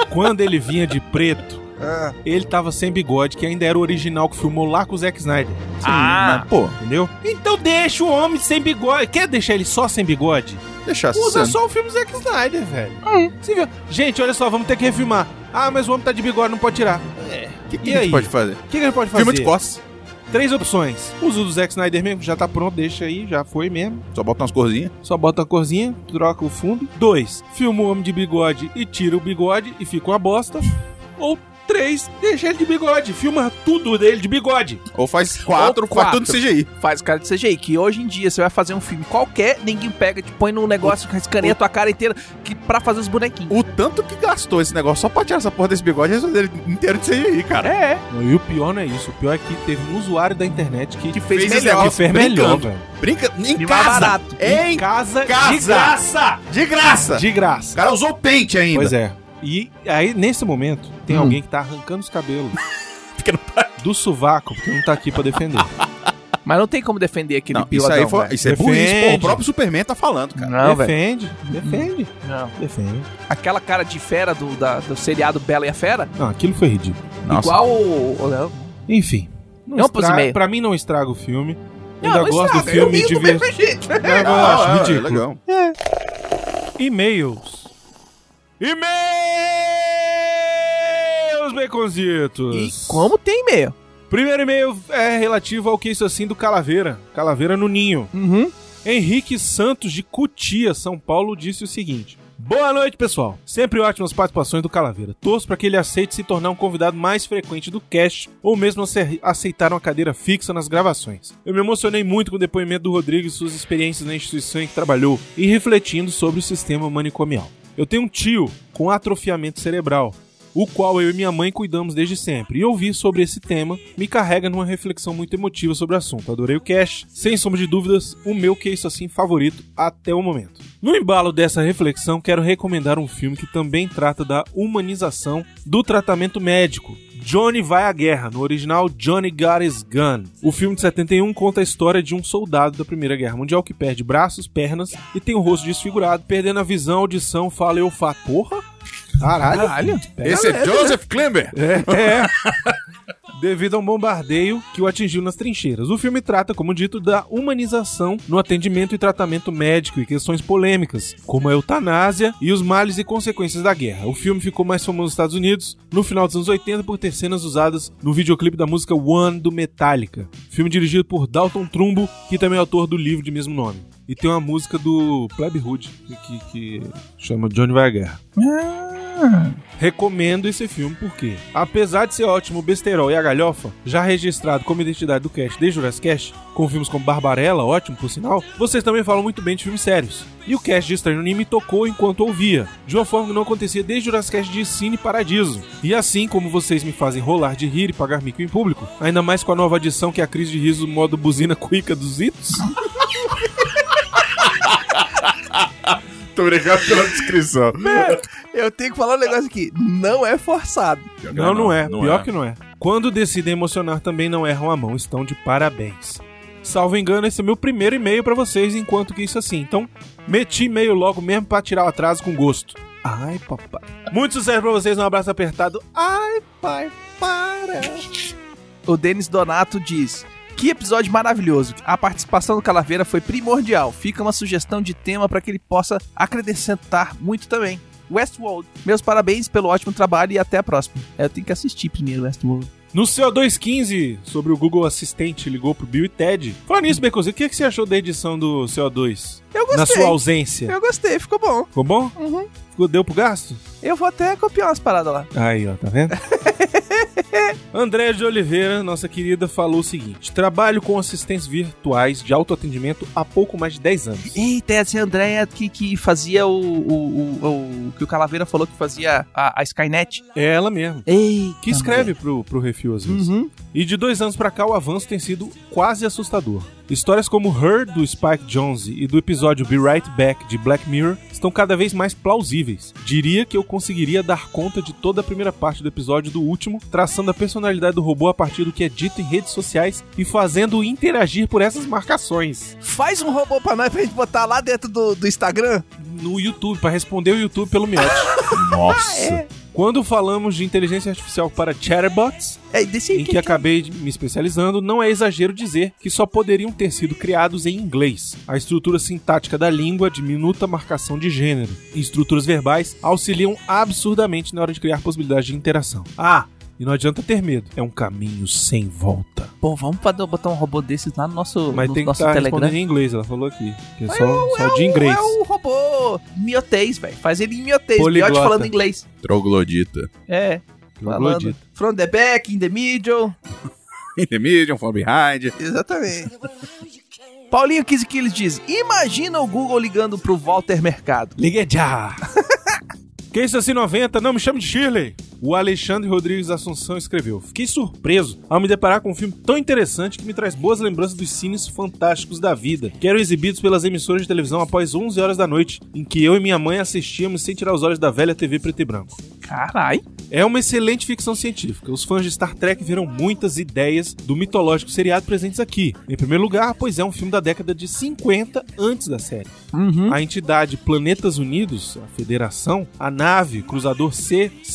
Speaker 1: Quando ele vinha de preto,
Speaker 3: Ah.
Speaker 1: ele tava sem bigode, que ainda era o original que filmou lá com o Zack Snyder.
Speaker 2: Ah.
Speaker 3: Pô,
Speaker 1: Entendeu? Então deixa o homem sem bigode. Quer deixar ele só sem bigode?
Speaker 3: deixar essa
Speaker 1: Usa
Speaker 3: cena.
Speaker 1: só o filme Zack Snyder, velho.
Speaker 2: É.
Speaker 1: Você viu? Gente, olha só, vamos ter que refilmar. Ah, mas o homem tá de bigode, não pode tirar.
Speaker 3: O É. que, que
Speaker 1: E
Speaker 3: a gente
Speaker 1: aí?
Speaker 3: pode fazer?
Speaker 1: O que, que ele pode fazer?
Speaker 3: Filma de costas.
Speaker 1: Três opções. Usa o do Zack Snyder mesmo, que já tá pronto, deixa aí, já foi mesmo.
Speaker 3: Só bota umas corzinhas.
Speaker 1: Só bota a corzinha, troca o fundo. Dois, filma o homem de bigode e tira o bigode e fica uma bosta. Ou três, deixa ele de bigode, filma tudo dele de bigode.
Speaker 3: Ou faz quatro,
Speaker 2: Ou
Speaker 3: faz
Speaker 2: quatro.
Speaker 3: tudo CGI.
Speaker 2: Faz cara de CGI, que hoje em dia você vai fazer um filme qualquer, ninguém pega, te põe num negócio, escaneia a tua cara inteira que, pra fazer os bonequinhos.
Speaker 3: O tanto que gastou esse negócio só pra tirar essa porra desse bigode e resolver ele inteiro de CGI, cara.
Speaker 2: É, é.
Speaker 1: E o pior não é isso, o pior é que teve um usuário da internet que, que
Speaker 3: fez
Speaker 2: melhor.
Speaker 3: melhor.
Speaker 1: fez melhor,
Speaker 3: brincando.
Speaker 1: velho.
Speaker 3: Brinca em
Speaker 2: E mais
Speaker 3: casa.
Speaker 2: barato.
Speaker 3: Em
Speaker 1: casa, de
Speaker 3: casa.
Speaker 1: graça!
Speaker 3: De graça.
Speaker 1: De graça.
Speaker 3: O cara usou pente ainda.
Speaker 1: Pois é. E aí, nesse momento, tem
Speaker 2: Hum.
Speaker 1: alguém que tá arrancando os cabelos
Speaker 3: tá.
Speaker 1: do sovaco, porque não tá aqui pra defender.
Speaker 2: Mas não tem como defender aquele
Speaker 3: Não, isso
Speaker 2: piladão,
Speaker 3: aí foi,
Speaker 2: velho.
Speaker 3: isso é
Speaker 1: Defende.
Speaker 3: burrice, pô. O próprio Superman tá falando, cara.
Speaker 2: Não, velho.
Speaker 1: defende, defende,
Speaker 2: Não.
Speaker 1: defende.
Speaker 2: Aquela cara de fera do, da- do seriado Bela e a Fera,
Speaker 1: Não, aquilo foi ridículo.
Speaker 2: igual o... o- não,
Speaker 1: Enfim. Não
Speaker 2: Vamos pros
Speaker 1: estra-
Speaker 2: e-mail.
Speaker 1: Pra mim não estraga o filme.
Speaker 2: Não,
Speaker 1: Ainda
Speaker 2: não
Speaker 1: gosto
Speaker 2: estraga,
Speaker 1: do filme
Speaker 2: eu vi do
Speaker 1: divertido.
Speaker 2: mesmo jeito.
Speaker 1: eu acho ridículo.
Speaker 3: Ah, é legal.
Speaker 1: E-mails. E-mails, baconzitos.
Speaker 2: E como tem meio?
Speaker 1: Primeiro e-mail é relativo ao que isso assim do Calaveira. Calaveira no ninho.
Speaker 2: Uhum.
Speaker 1: Henrique Santos de Cutia, São Paulo, disse o seguinte. Boa noite, pessoal. Sempre ótimas participações do Calaveira. Torço para que ele aceite se tornar um convidado mais frequente do cast ou mesmo ace- aceitar uma cadeira fixa nas gravações. Eu me emocionei muito com o depoimento do Rodrigo e suas experiências na instituição em que trabalhou e refletindo sobre o sistema manicomial. Eu tenho um tio com atrofiamento cerebral, o qual eu e minha mãe cuidamos desde sempre, e ouvir sobre esse tema me carrega numa reflexão muito emotiva sobre o assunto. Adorei o cast, sem sombra de dúvidas, o meu que é isso assim favorito até o momento. No embalo dessa reflexão, quero recomendar um filme que também trata da humanização do tratamento médico, Johnny Vai à Guerra, no original Johnny Got His Gun. O filme de 71 conta a história de um soldado da Primeira Guerra Mundial que perde braços, pernas e tem o rosto desfigurado, perdendo a visão, audição, fala e olfato. Porra! Caralho!
Speaker 3: Esse é Joseph Klimber.
Speaker 1: É, é. devido a um bombardeio que o atingiu nas trincheiras. O filme trata, como dito, da humanização no atendimento e tratamento médico e questões polêmicas, como a eutanásia e os males e consequências da guerra. O filme ficou mais famoso nos Estados Unidos no final dos anos 80 por ter cenas usadas no videoclipe da música One do Metallica. Filme dirigido por Dalton Trumbo, que também é autor do livro de mesmo nome. E tem uma música do Pleb Hood, que, que chama Johnny Vai à Guerra. Recomendo esse filme porque, apesar de ser ótimo, o Besterol e a Galhofa, já registrado como identidade do cast desde Jurassic Cast, com filmes como Barbarella, ótimo por sinal, vocês também falam muito bem de filmes sérios. E o cast de Estranho Anime tocou enquanto ouvia, de uma forma que não acontecia desde Jurassic Cast de Cine Paradiso. E assim como vocês me fazem rolar de rir e pagar mico em público, ainda mais com a nova adição que é a crise de riso modo buzina cuica dos itos,
Speaker 3: Muito obrigado pela descrição.
Speaker 2: Eu tenho que falar um negócio aqui. Não é forçado.
Speaker 1: Não, não é. Pior que não é. Quando decidem emocionar, também não erram a mão. Estão de parabéns. Salvo engano, esse é meu primeiro e-mail pra vocês, enquanto que isso assim. Então, meti e-mail logo mesmo pra tirar o atraso com gosto. Ai, papai. Muito sucesso pra vocês, um abraço apertado. Ai, pai, para.
Speaker 2: O Denis Donato diz. Que episódio maravilhoso. A participação do Calaveira foi primordial. Fica uma sugestão de tema para que ele possa acrescentar muito também. Westworld. Meus parabéns pelo ótimo trabalho e até a próxima. É, Eu tenho que assistir primeiro Westworld.
Speaker 1: No CO215, sobre o Google Assistente, ligou pro Bill e Ted. Falando nisso, Becozinho, o que, que você achou da edição do CO2?
Speaker 2: Eu
Speaker 1: Na
Speaker 2: gostei.
Speaker 1: sua ausência.
Speaker 2: Eu gostei, ficou bom.
Speaker 1: Ficou bom?
Speaker 2: Uhum.
Speaker 1: Ficou- Deu pro gasto?
Speaker 2: Eu vou até copiar umas paradas lá.
Speaker 1: Aí, ó, tá vendo? Andréa de Oliveira, nossa querida, falou o seguinte: trabalho com assistentes virtuais de autoatendimento há pouco mais de 10 anos.
Speaker 2: Eita, essa é a Andrea que, que fazia o, o, o- o que o Calaveira falou que fazia a, a Skynet.
Speaker 1: É ela Tá mesmo.
Speaker 2: Ei,
Speaker 1: Que escreve pro, pro Refil às vezes.
Speaker 2: Uhum.
Speaker 1: E de dois anos pra cá, o avanço tem sido quase assustador. Histórias como Her, do Spike Jonze, e do episódio Be Right Back, de Black Mirror, estão cada vez mais plausíveis. Diria que eu conseguiria dar conta de toda a primeira parte do episódio do último, traçando a personalidade do robô a partir do que é dito em redes sociais e fazendo-o interagir por essas marcações.
Speaker 2: Faz um robô pra nós pra gente botar lá dentro do, do Instagram.
Speaker 1: No YouTube, pra responder o YouTube pelo Miote. é.
Speaker 3: Nossa.
Speaker 1: Quando falamos de inteligência artificial para chatbots,
Speaker 2: É, desse aí
Speaker 1: em que acabei de- me especializando, não é exagero dizer que só poderiam ter sido criados em inglês. A estrutura sintática da língua, de minuta marcação de gênero e estruturas verbais auxiliam absurdamente na hora de criar possibilidades de interação. Ah, e não adianta ter medo, é um caminho sem volta.
Speaker 2: Pô, vamos fazer- botar um robô desses lá no nosso,
Speaker 1: Mas
Speaker 2: no
Speaker 1: tem que
Speaker 2: nosso
Speaker 1: estar
Speaker 2: Telegram.
Speaker 1: respondendo em inglês, ela falou aqui. Que é só, só de inglês.
Speaker 2: É o robô miotês, velho. Faz ele em miotês.
Speaker 1: Poliglota.
Speaker 2: Miote falando inglês.
Speaker 3: Troglodita.
Speaker 2: É, falando.
Speaker 1: Troglodita.
Speaker 2: From the back, in the middle.
Speaker 3: In the medium, from behind.
Speaker 2: Exatamente. Paulinho 15 quilos diz, imagina o Google ligando pro Walter Mercado.
Speaker 1: Ligue já! Que isso assim 90? Não, me chame de Shirley! O Alexandre Rodrigues Assunção escreveu: Fiquei surpreso ao me deparar com um filme tão interessante que me traz boas lembranças dos cines fantásticos da vida, que eram exibidos pelas emissoras de televisão após 11 horas da noite, em que eu e minha mãe assistíamos sem tirar os olhos da velha TV preto e branco.
Speaker 2: Carai.
Speaker 1: É uma excelente ficção científica. Os fãs de Star Trek viram muitas ideias do mitológico seriado presentes aqui. Em primeiro lugar, pois é um filme da década de 50 antes da série.
Speaker 2: Uhum.
Speaker 1: A entidade Planetas Unidos, a Federação, a nave cruzador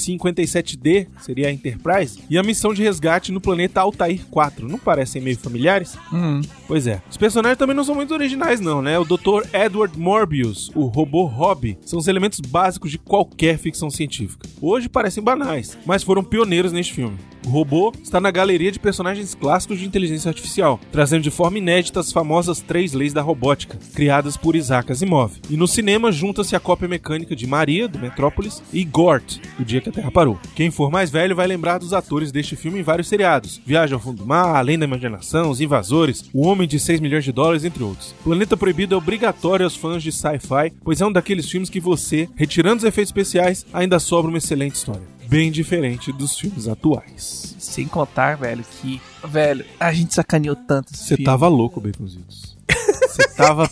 Speaker 1: C-57D, seria a Enterprise, e a missão de resgate no planeta Altair 4. Não parecem meio familiares?
Speaker 2: Hum.
Speaker 1: Pois é. Os personagens também não são muito originais, não, né? O Dr. Edward Morbius, o robô Hobby, são os elementos básicos de qualquer ficção científica. Hoje parecem banais, mas foram pioneiros neste filme. O robô está na galeria de personagens clássicos de inteligência artificial, trazendo de forma inédita as famosas três leis da robótica, criadas por Isaac Asimov. E no cinema junta-se a cópia mecânica de Maria, do Metrópolis, e Gort, o dia que a Terra parou. Quem for mais velho vai lembrar dos atores deste filme em vários seriados. Viagem ao Fundo do Mar, Além da Imaginação, Os Invasores, O Homem de 6 milhões de dólares, entre outros. Planeta Proibido é obrigatório aos fãs de sci-fi, pois é um daqueles filmes que você, retirando os efeitos especiais, ainda sobra uma excelente história. Bem diferente dos filmes atuais.
Speaker 2: Sem contar, velho, que... Velho, a gente sacaneou tanto esse
Speaker 1: Você tá
Speaker 2: filme.
Speaker 1: tava louco, Baconzitos. Você tava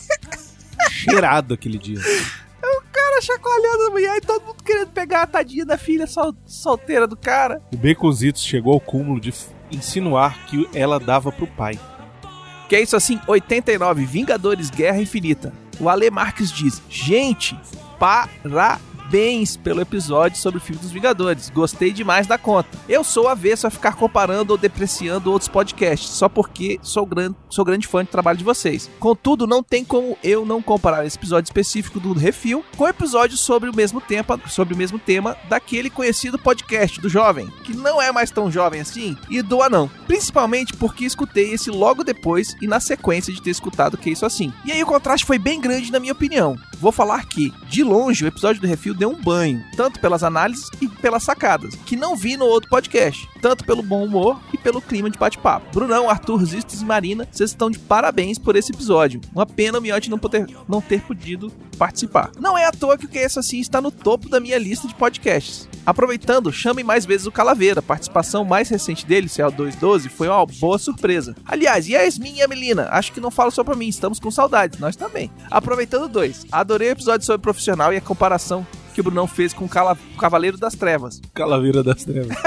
Speaker 1: cheirado aquele dia.
Speaker 2: cara chacoalhando a mulher e todo mundo querendo pegar a tadinha da filha sol- solteira do cara.
Speaker 1: O Baconzitos chegou ao cúmulo de f- insinuar que ela dava pro pai.
Speaker 2: Que é isso assim, 89, Vingadores Guerra Infinita. O Ale Marques diz, gente, parabéns parabéns pelo episódio sobre o filme dos Vingadores. Gostei demais da conta. Eu sou avesso a ficar comparando ou depreciando outros podcasts, só porque sou grande, sou grande fã do trabalho de vocês. Contudo, não tem como eu não comparar esse episódio específico do Refil com episódios sobre o mesmo tempo, sobre o mesmo tema daquele conhecido podcast do jovem, que não é mais tão jovem assim, e do anão. Principalmente porque escutei esse logo depois e na sequência de ter escutado que isso assim. E aí o contraste foi bem grande na minha opinião. Vou falar que, de longe, o episódio do Refil deu um banho, tanto pelas análises e pelas sacadas, que não vi no outro podcast, tanto pelo bom humor e pelo clima de bate-papo. Brunão, Arthur, Zistes e Marina, vocês estão de parabéns por esse episódio. Uma pena o Miotti não, poder, não ter podido participar. Não é à toa que o que é isso assim está no topo da minha lista de podcasts. Aproveitando, chamem mais vezes o Calaveira. A participação mais recente dele, CL212, foi uma boa surpresa. Aliás, e a Yasmin e a Melina? Acho que não falo só pra mim, estamos com saudades, nós também. Aproveitando dois, adorei o episódio sobre profissional e a comparação que o Brunão fez com o Cala- Cavaleiro das Trevas.
Speaker 1: Calaveira das Trevas.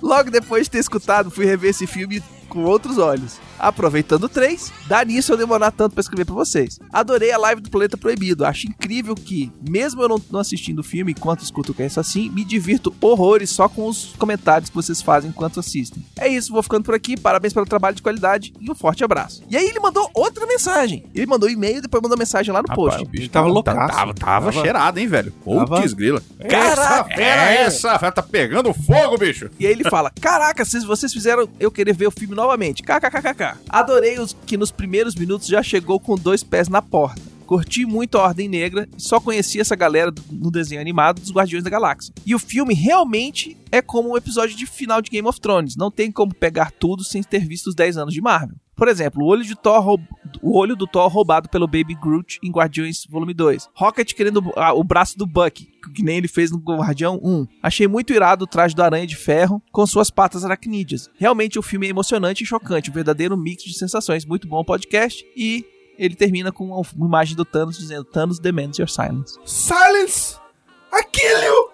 Speaker 2: Logo depois de ter escutado, fui rever esse filme com outros olhos. Aproveitando três, dá nisso eu demorar tanto pra escrever pra vocês. Adorei a live do Planeta Proibido. Acho incrível que, mesmo eu não, não assistindo o filme enquanto escuto o que é isso assim, me divirto horrores só com os comentários que vocês fazem enquanto assistem. É isso, vou ficando por aqui. Parabéns pelo trabalho de qualidade e um forte abraço. E aí ele mandou outra mensagem. Ele mandou e-mail e depois mandou mensagem lá no
Speaker 3: Rapaz,
Speaker 2: post.
Speaker 3: o bicho
Speaker 1: Tava É, loucaço.
Speaker 3: Tava, tava, tava cheirado, hein, velho? Putz, grila. Essa
Speaker 2: Caraca!
Speaker 3: fera, essa fera tá pegando fogo, bicho.
Speaker 2: E aí ele fala: Caraca, vocês, vocês fizeram eu querer ver o filme novamente. KKKKK. Adorei os que nos primeiros minutos já chegou com dois pés na porta. Curti muito a Ordem Negra e só conheci essa galera do- no desenho animado dos Guardiões da Galáxia. E o filme realmente é como um episódio de final de Game of Thrones. Não tem como pegar tudo sem ter visto os 10 anos de Marvel. Por exemplo, o olho, de Thor roub- o olho do Thor roubado pelo Baby Groot em Guardiões Volume 2. Rocket querendo ah, o braço do Buck, que nem ele fez no Guardião 1. Achei muito irado o traje do Aranha de Ferro com suas patas aracnídeas. Realmente o filme é emocionante e chocante, um verdadeiro mix de sensações. Muito bom o podcast e ele termina com uma uma imagem do Thanos dizendo Thanos demands your silence.
Speaker 1: Silence! Aquilo!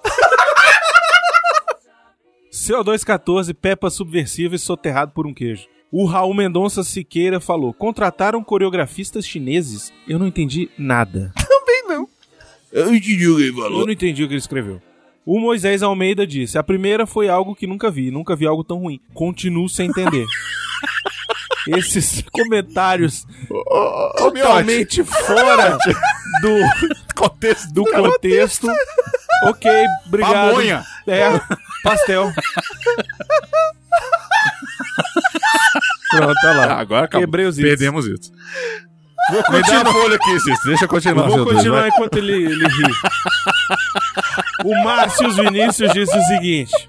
Speaker 1: CO214, Peppa subversiva e soterrado por um queijo. O Raul Mendonça Siqueira falou: contrataram coreografistas chineses? Eu não entendi nada.
Speaker 2: Também não.
Speaker 3: Eu entendi o que ele
Speaker 1: Eu não entendi o que ele escreveu. O Moisés Almeida disse: a primeira foi algo que nunca vi, nunca vi algo tão ruim. Continuo sem entender. Esses comentários totalmente fora do,
Speaker 3: Contexto
Speaker 1: do contexto. Ok, obrigado.
Speaker 3: Pamonha.
Speaker 1: É, pastel. Pronto, olha
Speaker 3: Ah,
Speaker 1: lá.
Speaker 3: agora acabou.
Speaker 1: Quebrei os itens.
Speaker 3: Perdemos isso.
Speaker 1: Vou
Speaker 3: Me dá
Speaker 1: continuar,
Speaker 3: uma folha aqui, Cícero. Deixa eu continuar.
Speaker 1: Ah, vou
Speaker 3: seu Deus,
Speaker 1: continuar
Speaker 3: vai.
Speaker 1: enquanto ele, ele ri. O Márcio Vinícius disse o seguinte.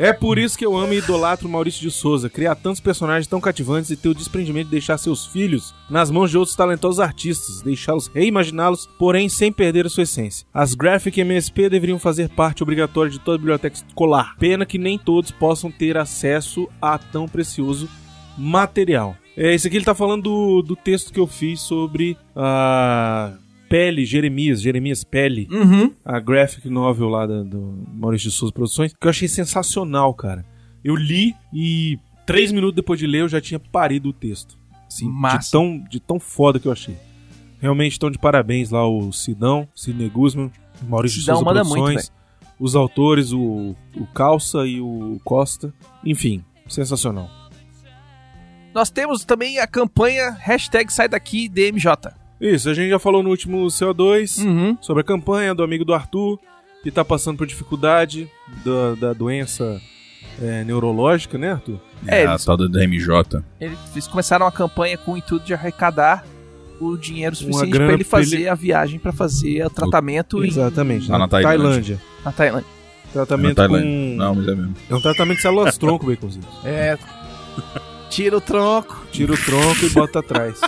Speaker 1: É por isso que eu amo e idolatro Maurício de Souza, criar tantos personagens tão cativantes e ter o desprendimento de deixar seus filhos nas mãos de outros talentosos artistas, deixá-los reimaginá-los, porém sem perder a sua essência. As Graphic MSP deveriam fazer parte obrigatória de toda biblioteca escolar. Pena que nem todos possam ter acesso a tão precioso material. É, esse aqui ele tá falando do, do texto que eu fiz sobre a Pele, Jeremias, Jeremias Pele
Speaker 2: Uhum.
Speaker 1: a graphic novel lá da- do Maurício de Souza Produções, que eu achei sensacional, cara. Eu li e três minutos depois de ler eu já tinha parido o texto. Assim, de
Speaker 2: Massa.
Speaker 1: tão, de tão foda que eu achei. Realmente estão de parabéns lá o Sidão, Sidney Guzman, Maurício de
Speaker 2: Sidão
Speaker 1: Souza
Speaker 2: manda
Speaker 1: Produções, os autores, o, o Calça e o Costa. Enfim, sensacional.
Speaker 2: Nós temos também a campanha hashtag sai daqui DMJ.
Speaker 1: Isso, a gente já falou no último CO2.
Speaker 2: Uhum.
Speaker 1: sobre a campanha do amigo do Arthur, que tá passando por dificuldade da, da doença é, neurológica, né, Arthur?
Speaker 2: É,
Speaker 3: Ah,
Speaker 2: eles-
Speaker 3: tal do MJ.
Speaker 2: Eles começaram a campanha com o intuito de arrecadar o dinheiro suficiente
Speaker 1: grana
Speaker 2: pra ele
Speaker 1: pra ele-
Speaker 2: fazer a viagem pra fazer o tratamento em-
Speaker 1: Exatamente.
Speaker 3: Lá Tá na Tailândia.
Speaker 2: na Tailândia.
Speaker 1: Um Tratamento
Speaker 3: Na Tailândia.
Speaker 1: com...
Speaker 3: Não, mas é mesmo.
Speaker 1: É um tratamento de células tronco, Baconzinho.
Speaker 2: É. Tira o tronco.
Speaker 1: Tira o tronco e bota atrás.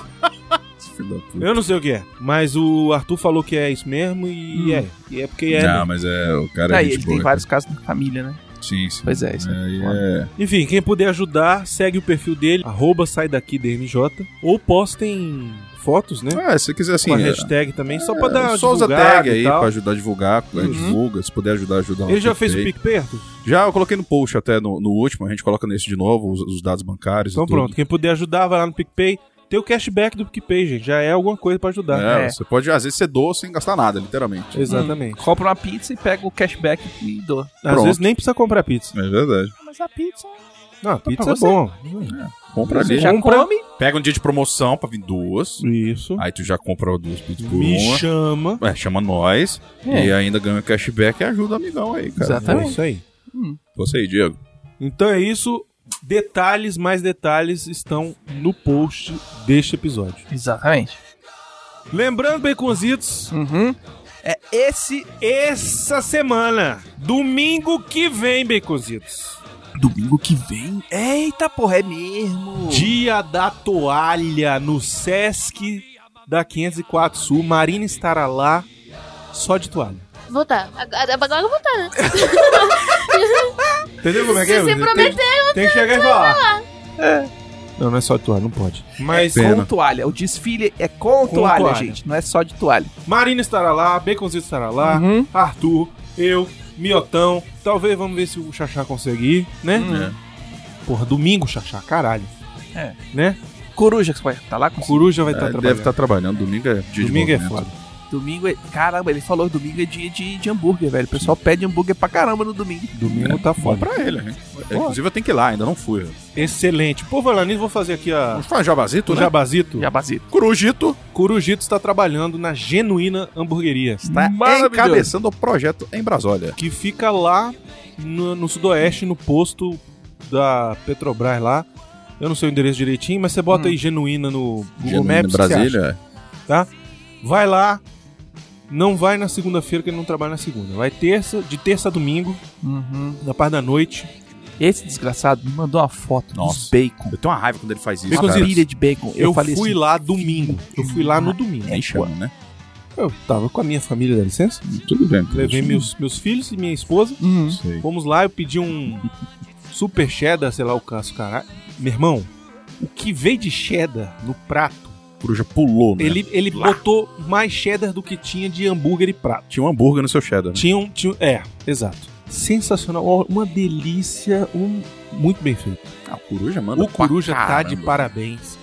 Speaker 3: Filho da puta.
Speaker 1: Eu não sei o que é, mas o Arthur falou que é isso mesmo
Speaker 3: Hum.
Speaker 1: e é. E é porque é.
Speaker 3: Não,
Speaker 1: né?
Speaker 3: mas é. O cara é
Speaker 2: Aí,
Speaker 3: gente
Speaker 2: ele
Speaker 3: boa.
Speaker 2: tem vários casos na família, né?
Speaker 3: Sim, sim.
Speaker 2: Pois é, isso. é
Speaker 3: Aí
Speaker 2: foda.
Speaker 3: é.
Speaker 1: Enfim, quem puder ajudar, segue o perfil dele, arroba sai daqui DMJ, ou postem fotos, né?
Speaker 3: Ah, se você quiser assim.
Speaker 1: com a
Speaker 3: é-
Speaker 1: hashtag também, só pra dar uma
Speaker 3: só usa
Speaker 1: divulgada
Speaker 3: tag
Speaker 1: e
Speaker 3: aí
Speaker 1: tal.
Speaker 3: pra ajudar a divulgar, é,
Speaker 2: Uhum.
Speaker 3: divulga, se puder ajudar, ajuda. lá
Speaker 1: Ele
Speaker 3: no
Speaker 1: já fez o
Speaker 3: PicPay.
Speaker 1: pique perto?
Speaker 3: Já, eu coloquei no post até no, no último, a gente coloca nesse de novo, os, os dados bancários
Speaker 1: Então
Speaker 3: e tudo.
Speaker 1: pronto, quem puder ajudar, vai lá no PicPay, Tem o cashback do PicPay, gente. Já é Hum. alguma coisa pra ajudar.
Speaker 3: É,
Speaker 2: É.
Speaker 3: Você pode, às vezes, ser doce sem gastar nada, literalmente.
Speaker 1: Exatamente.
Speaker 2: Compra uma pizza e pega o cashback e doa.
Speaker 1: Às
Speaker 3: Pronto.
Speaker 1: vezes nem precisa comprar pizza.
Speaker 3: É verdade.
Speaker 2: Mas a pizza
Speaker 1: Não, pizza
Speaker 2: pra
Speaker 1: é
Speaker 2: você.
Speaker 1: bom.
Speaker 3: Compra
Speaker 2: você
Speaker 3: ali.
Speaker 2: já
Speaker 1: Compra.
Speaker 2: come.
Speaker 3: Pega um dia de promoção pra vir duas.
Speaker 1: Isso.
Speaker 3: Aí tu já compra duas pizzas por
Speaker 1: Me
Speaker 3: uma.
Speaker 1: chama.
Speaker 3: É, chama nós.
Speaker 1: É.
Speaker 3: E ainda ganha o cashback e ajuda o amigão aí, cara.
Speaker 2: Exato.
Speaker 1: É
Speaker 2: Exatamente.
Speaker 1: isso aí.
Speaker 3: Você aí, Diego.
Speaker 1: Então é isso. Detalhes, mais detalhes estão no post deste episódio.
Speaker 2: Exatamente.
Speaker 1: Lembrando, Baconzitos,
Speaker 2: Uhum. É esse
Speaker 1: essa semana, domingo que vem, Baconzitos,
Speaker 2: domingo que vem. Eita porra, é mesmo.
Speaker 1: dia da toalha no Sesc da 504 Sul. Marina estará lá só de toalha.
Speaker 4: Voltar. tá. Agora agora eu vou voltar, né?
Speaker 1: Entendeu como é que
Speaker 4: Se
Speaker 1: é?
Speaker 4: você
Speaker 1: Tem-
Speaker 4: prometer,
Speaker 1: tem, que chegar e falar. Não, não é só de toalha, não pode. Mas
Speaker 3: É
Speaker 2: Com
Speaker 3: Pena.
Speaker 2: toalha. O desfile é com,
Speaker 1: Com
Speaker 2: toalha,
Speaker 1: toalha.
Speaker 2: gente. Não é só de toalha.
Speaker 1: Marina estará lá, Baconzito estará lá,
Speaker 2: Uhum.
Speaker 1: Arthur, eu, Miotão. Talvez vamos ver se o Xaxá consegue ir, né? Porra, domingo, Xaxá, caralho.
Speaker 2: É.
Speaker 1: Né?
Speaker 2: Coruja que vai tá lá com
Speaker 1: Coruja vai
Speaker 3: É,
Speaker 1: estar
Speaker 3: ele
Speaker 1: trabalhando.
Speaker 3: deve estar trabalhando. Domingo é dia
Speaker 1: Domingo
Speaker 3: de
Speaker 1: é
Speaker 3: movimento.
Speaker 1: foda.
Speaker 2: Domingo é. Caramba, ele falou domingo é dia de, de hambúrguer, velho. O pessoal pede hambúrguer pra caramba no domingo.
Speaker 1: Domingo tá
Speaker 3: Bom
Speaker 1: foda.
Speaker 3: pra ele, né? É, Inclusive, eu tenho que ir lá, ainda não fui.
Speaker 1: Tá. Excelente. Por falar nisso, vou fazer aqui a...
Speaker 3: Vamos falar jabazito,
Speaker 1: O
Speaker 3: né?
Speaker 1: Jabazito.
Speaker 2: Jabazito.
Speaker 3: Corujito
Speaker 1: Corujito está trabalhando na Genuína Hamburgueria,
Speaker 3: tá
Speaker 2: Maravilhoso.
Speaker 3: encabeçando o projeto em Brasólia.
Speaker 1: que fica lá no, no sudoeste, no posto da Petrobras lá. Eu não sei o endereço direitinho, mas você bota
Speaker 2: Hum.
Speaker 1: aí Genuína no Google
Speaker 3: Genuíno,
Speaker 1: Maps. você acha.
Speaker 3: Brasília.
Speaker 1: Vai lá. Não vai na segunda-feira, que ele não trabalha na segunda. Vai terça, de terça a domingo,
Speaker 2: Uhum.
Speaker 1: na parte da noite.
Speaker 2: Esse desgraçado me mandou uma foto dos
Speaker 3: Nossa.
Speaker 2: bacon.
Speaker 3: Eu tenho uma raiva quando ele faz isso.
Speaker 1: Baconzitos.
Speaker 3: cara.
Speaker 2: Pilha de bacon. Eu,
Speaker 1: Eu,
Speaker 2: falei
Speaker 1: fui
Speaker 2: assim, Ah.
Speaker 1: lá domingo. Eu fui lá no domingo.
Speaker 3: Nem chama, né?
Speaker 1: Eu tava com a minha família, dá licença.
Speaker 3: Tudo bem.
Speaker 1: Levei meus, meus filhos e minha esposa.
Speaker 2: Uhum.
Speaker 3: Sei.
Speaker 1: Fomos lá, eu pedi um super cheddar, sei lá o caso, caralho. Meu irmão, o que veio de cheddar no prato,
Speaker 3: Coruja pulou, né?
Speaker 1: ele, ele
Speaker 3: Lá.
Speaker 1: botou mais cheddar do que tinha de hambúrguer e prato.
Speaker 3: Tinha um hambúrguer no seu cheddar. Né?
Speaker 1: Tinha um. Tinha, um- é, exato. Sensacional, ó, uma delícia, um, muito bem feito.
Speaker 3: Ah, o coruja, mano.
Speaker 1: o Coruja tá de parabéns,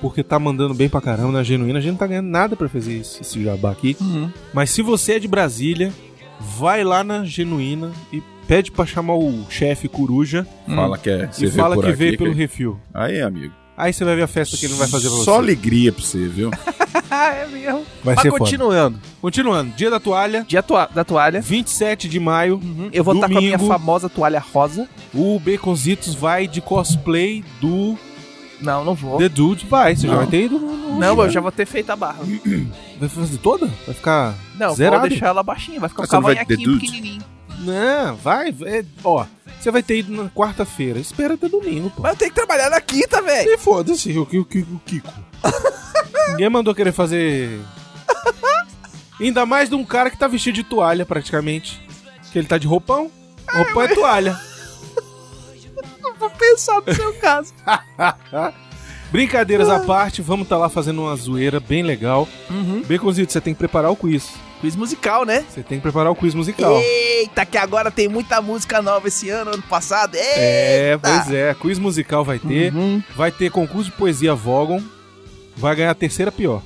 Speaker 1: porque tá mandando bem pra caramba na genuína. A gente não tá ganhando nada pra fazer esse, esse jabá aqui.
Speaker 2: Uhum.
Speaker 1: Mas se você é de Brasília, vai lá na genuína e pede pra chamar o chefe Coruja
Speaker 3: Fala que é. Você
Speaker 1: Hum. e
Speaker 3: vê
Speaker 1: fala
Speaker 3: por
Speaker 1: que
Speaker 3: aqui,
Speaker 1: veio pelo refil.
Speaker 3: Aí, amigo.
Speaker 1: Aí você vai ver a festa que ele vai fazer pra
Speaker 3: Só
Speaker 1: você.
Speaker 3: alegria pra você, viu?
Speaker 2: Ah, é mesmo.
Speaker 1: Vai
Speaker 2: Mas
Speaker 1: ser foda.
Speaker 2: continuando.
Speaker 1: Continuando, dia da toalha,
Speaker 2: Dia toa- da toalha.
Speaker 1: 27 de maio,
Speaker 2: Uhum. Eu vou estar com a minha
Speaker 1: Domingo.
Speaker 2: famosa toalha rosa.
Speaker 1: o Baconzitos vai de cosplay do
Speaker 2: Não, não vou.
Speaker 1: The Dude. Vai, você já
Speaker 3: Não.
Speaker 1: vai ter ido. no- no-
Speaker 2: Não, eu já vou ter feito a barra.
Speaker 1: Vai fazer toda? Vai ficar
Speaker 2: Não,
Speaker 1: zerado?
Speaker 2: vou deixar ela baixinha. Vai ficar um
Speaker 3: Mas você não vai ter
Speaker 2: cavanhaquinho
Speaker 3: dude?
Speaker 2: pequenininho.
Speaker 1: Não, vai. é- ó, você vai ter ido na quarta-feira. Espera até domingo, pô.
Speaker 2: Mas eu tenho que trabalhar na quinta, velho.
Speaker 1: E foda-se, o, o, o Kiko. Ninguém mandou querer fazer. Ainda mais de um cara que tá vestido de toalha, praticamente. Que ele tá de roupão, roupão é toalha.
Speaker 2: Vou pensar no seu caso.
Speaker 1: Brincadeiras à parte, vamos tá lá fazendo uma zoeira bem legal.
Speaker 2: Uhum.
Speaker 1: Baconzito, você tem que preparar o quiz.
Speaker 2: Quiz musical, né?
Speaker 1: Você tem que preparar o quiz
Speaker 2: Então.
Speaker 1: musical.
Speaker 2: Eita, que agora tem muita música nova esse ano, ano passado. Eita.
Speaker 1: É, pois é. Quiz musical vai ter.
Speaker 2: Uhum.
Speaker 1: Vai ter concurso de poesia Vogon. Vai ganhar a terceira pior.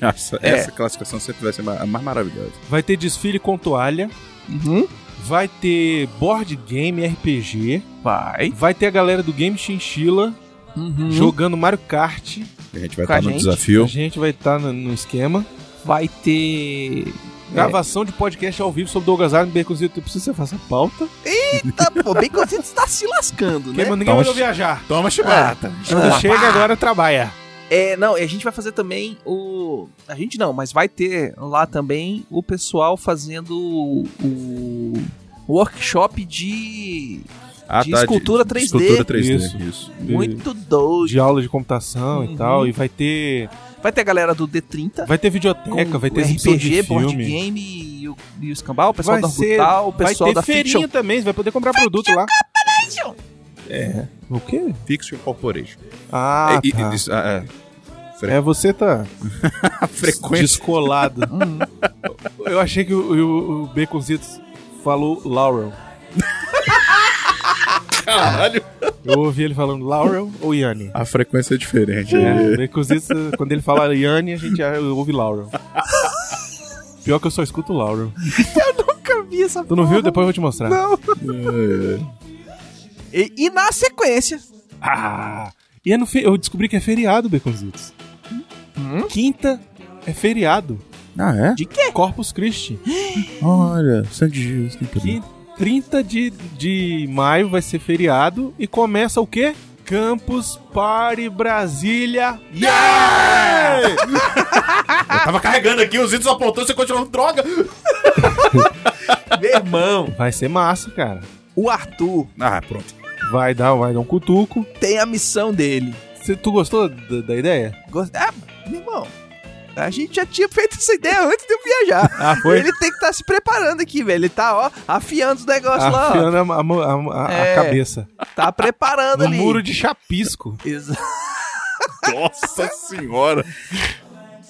Speaker 3: Essa,
Speaker 2: É.
Speaker 3: essa classificação sempre vai ser ma- a mais maravilhosa.
Speaker 1: Vai ter desfile com toalha.
Speaker 2: Uhum.
Speaker 1: Vai ter board game RPG.
Speaker 2: Vai.
Speaker 1: Vai ter a galera do Game Chinchilla
Speaker 2: Uhum.
Speaker 1: jogando Mario Kart.
Speaker 3: A gente vai
Speaker 2: Com a
Speaker 3: estar no
Speaker 2: gente.
Speaker 1: A
Speaker 3: desafio.
Speaker 1: gente vai estar no esquema.
Speaker 2: Vai ter.
Speaker 1: Gravação de podcast ao vivo sobre Douglas Adams, Baconzito. Eu preciso que você faça a
Speaker 2: Né?
Speaker 1: pauta.
Speaker 2: Eita, pô, bem que você está se lascando,
Speaker 1: Quem
Speaker 2: né?
Speaker 1: mandou- ninguém
Speaker 3: Então,
Speaker 1: mandou viajar.
Speaker 3: Toma,
Speaker 2: Ah,
Speaker 3: chibata.
Speaker 2: tá.
Speaker 1: Quando
Speaker 2: Ah.
Speaker 1: chega agora, trabalha.
Speaker 2: É, não, e a gente vai fazer também o. A gente não, mas vai ter lá também o pessoal fazendo o. o workshop de.
Speaker 3: Ah,
Speaker 2: De
Speaker 3: tá,
Speaker 2: escultura 3D.
Speaker 3: Escultura 3D.
Speaker 1: Isso.
Speaker 3: Isso.
Speaker 2: Muito doido.
Speaker 1: De aula de computação
Speaker 2: Uhum.
Speaker 1: e tal. E vai ter.
Speaker 2: Vai ter a galera do D30.
Speaker 1: Vai ter videoteca,
Speaker 2: com
Speaker 1: É, vai ter exibição
Speaker 2: RPG,
Speaker 1: de
Speaker 2: board
Speaker 1: filme.
Speaker 2: game e o, e o escambau, o pessoal
Speaker 1: Vai
Speaker 2: do
Speaker 1: ser-
Speaker 2: Orbital, o
Speaker 1: vai
Speaker 2: pessoal
Speaker 1: ter
Speaker 2: da
Speaker 1: feirinha
Speaker 2: Fiction.
Speaker 1: também, você vai poder comprar produto lá. É. O quê?
Speaker 3: Fiction Corporation.
Speaker 1: Ah,
Speaker 3: É, e-
Speaker 1: tá.
Speaker 3: e- isso, ah, é.
Speaker 1: É, você tá
Speaker 3: A frequência.
Speaker 1: descolado.
Speaker 2: Uhum.
Speaker 1: Hum. Eu achei que o, o, o Baconzitos falou Laurel.
Speaker 3: Caralho.
Speaker 1: Eu ouvi ele falando Laurel ou Yanni.
Speaker 3: A frequência é diferente.
Speaker 1: É, recusista, quando ele fala Yanni, a gente já ouve Laurel. Pior que eu só escuto Laurel.
Speaker 2: Nunca vi essa
Speaker 1: Tu não viu? Depois eu vou te mostrar.
Speaker 2: Não. E, e na sequência,
Speaker 1: Ah! E é no fe- eu descobri que é feriado, Beconzitos.
Speaker 2: Hum?
Speaker 1: Quinta é feriado.
Speaker 3: Ah, é?
Speaker 2: de quê?
Speaker 1: Corpus Christi.
Speaker 3: Olha, Santo Jesus. tem
Speaker 1: Que 30 de, de maio vai ser feriado e começa o quê? Campus Party Brasília.
Speaker 3: Eu tava carregando aqui, os itens apontando, você continuando droga.
Speaker 2: Meu irmão,
Speaker 1: Vai ser massa, cara.
Speaker 2: o Arthur
Speaker 3: Ah, pronto.
Speaker 1: Vai dar, vai dar um cutuco.
Speaker 2: tem a missão dele.
Speaker 1: Cê- tu gostou da, da ideia?
Speaker 2: Gost- Ah, meu irmão, a gente já tinha feito essa ideia antes de eu viajar.
Speaker 1: Ah,
Speaker 2: Ele tem que estar se preparando aqui, velho. Ele tá, ó, afiando os negócios lá,
Speaker 1: Ah, Afiando a, mo- a mo- a- a
Speaker 2: É.
Speaker 1: cabeça.
Speaker 2: ó. Tá preparando
Speaker 1: No
Speaker 2: ali.
Speaker 1: muro de chapisco.
Speaker 2: Exa-
Speaker 3: Nossa senhora.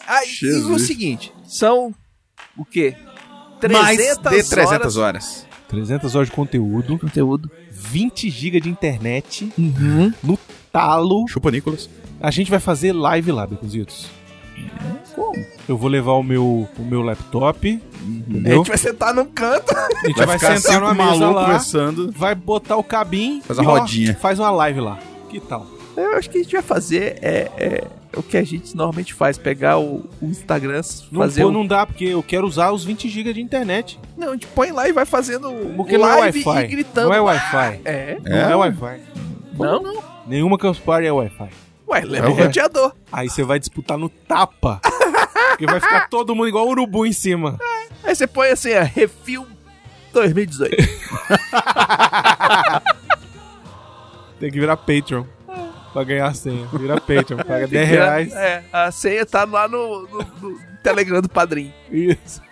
Speaker 2: Ah, e- e o
Speaker 3: Jesus.
Speaker 2: seguinte, são o quê?
Speaker 3: Mais
Speaker 2: 300
Speaker 3: de 300
Speaker 2: horas
Speaker 3: horas.
Speaker 1: 300 horas de conteúdo.
Speaker 2: conteúdo.
Speaker 1: 20 GB de internet.
Speaker 2: Uhum.
Speaker 1: Talo.
Speaker 3: Chupa, Nicolas.
Speaker 1: A gente vai fazer live lá, Beconzitos.
Speaker 2: Como?
Speaker 1: Eu vou levar o meu, o meu laptop.
Speaker 2: A
Speaker 1: Entendeu?
Speaker 2: gente vai sentar num canto.
Speaker 1: Uhum. A gente
Speaker 3: Vai,
Speaker 1: vai,
Speaker 3: ficar
Speaker 1: sentar
Speaker 3: cinco
Speaker 1: numa mesa
Speaker 3: maluco
Speaker 1: lá.
Speaker 3: conversando.
Speaker 1: Vai botar o cabim.
Speaker 3: Faz a
Speaker 1: ó,
Speaker 3: rodinha.
Speaker 1: faz uma live lá. Que tal?
Speaker 2: É, Eu acho que a gente vai fazer é, é o que a gente normalmente faz, pegar o, o Instagram,
Speaker 1: Não,
Speaker 2: fazer
Speaker 1: pô,
Speaker 2: um-
Speaker 1: não dá, porque eu quero usar os 20 GB de internet.
Speaker 2: Não, a gente põe lá e vai fazendo
Speaker 1: Porque não é
Speaker 2: live
Speaker 1: Wi-Fi.
Speaker 2: e gritando.
Speaker 1: Não é Wi-Fi.
Speaker 2: É?
Speaker 1: Não é Wi-Fi.
Speaker 2: Não?
Speaker 1: Nenhuma Campus Party é Wi-Fi.
Speaker 2: Ué, leva o
Speaker 1: É.
Speaker 2: roteador.
Speaker 1: Aí você vai disputar no tapa. Porque vai ficar todo mundo igual urubu em cima.
Speaker 2: Aí você põe assim, ó, refil 2018.
Speaker 1: Tem que virar Patreon. Pra ganhar a senha. Vira Patreon. Paga 10
Speaker 2: Vira-
Speaker 1: reais.
Speaker 2: É, a senha tá lá no, no- no Telegram do padrinho.
Speaker 1: Isso.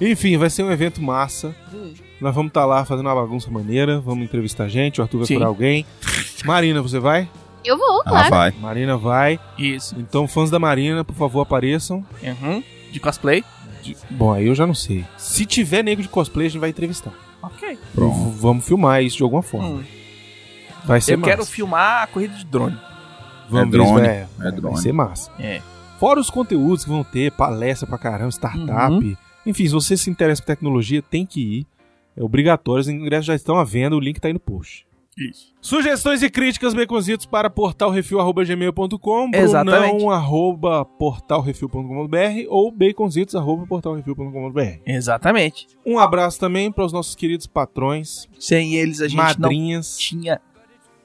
Speaker 1: Enfim, vai ser um evento massa.
Speaker 2: Hum.
Speaker 1: Nós vamos estar lá fazendo uma bagunça maneira. Vamos entrevistar gente. O Arthur vai
Speaker 2: Sim.
Speaker 1: curar alguém. Marina, você vai?
Speaker 4: Eu vou,
Speaker 3: Ah,
Speaker 4: claro.
Speaker 3: vai.
Speaker 1: Marina vai.
Speaker 2: Isso.
Speaker 1: Então, fãs da Marina, por favor, apareçam.
Speaker 2: Uhum. De cosplay?
Speaker 1: De- Bom, aí eu já não sei. Se tiver nego de cosplay, a gente vai entrevistar.
Speaker 2: Ok.
Speaker 3: Pronto.
Speaker 1: V- Vamos filmar isso de alguma forma. Vai ser
Speaker 2: Hum. Eu
Speaker 1: massa.
Speaker 2: quero filmar a corrida de drone.
Speaker 1: Vamos ver se
Speaker 3: É drone,
Speaker 1: vai-
Speaker 3: é drone.
Speaker 1: Vai ser massa.
Speaker 2: É.
Speaker 1: Fora os conteúdos que vão ter, palestra pra caramba, startup.
Speaker 2: Uhum.
Speaker 1: Enfim, se você se interessa por tecnologia, tem que ir. É obrigatório, os ingressos já estão à venda, o link tá aí no post.
Speaker 2: Isso.
Speaker 1: Sugestões e críticas, baconzitos, para portalrefil.gmail.com,
Speaker 2: Exatamente.
Speaker 1: brunão, arroba portalrefil.com.br ou baconzitos.portalrefil.com.br.
Speaker 2: Exatamente.
Speaker 1: Um abraço também para os nossos queridos patrões,
Speaker 2: Sem eles a gente não
Speaker 1: madrinhas.
Speaker 2: tinha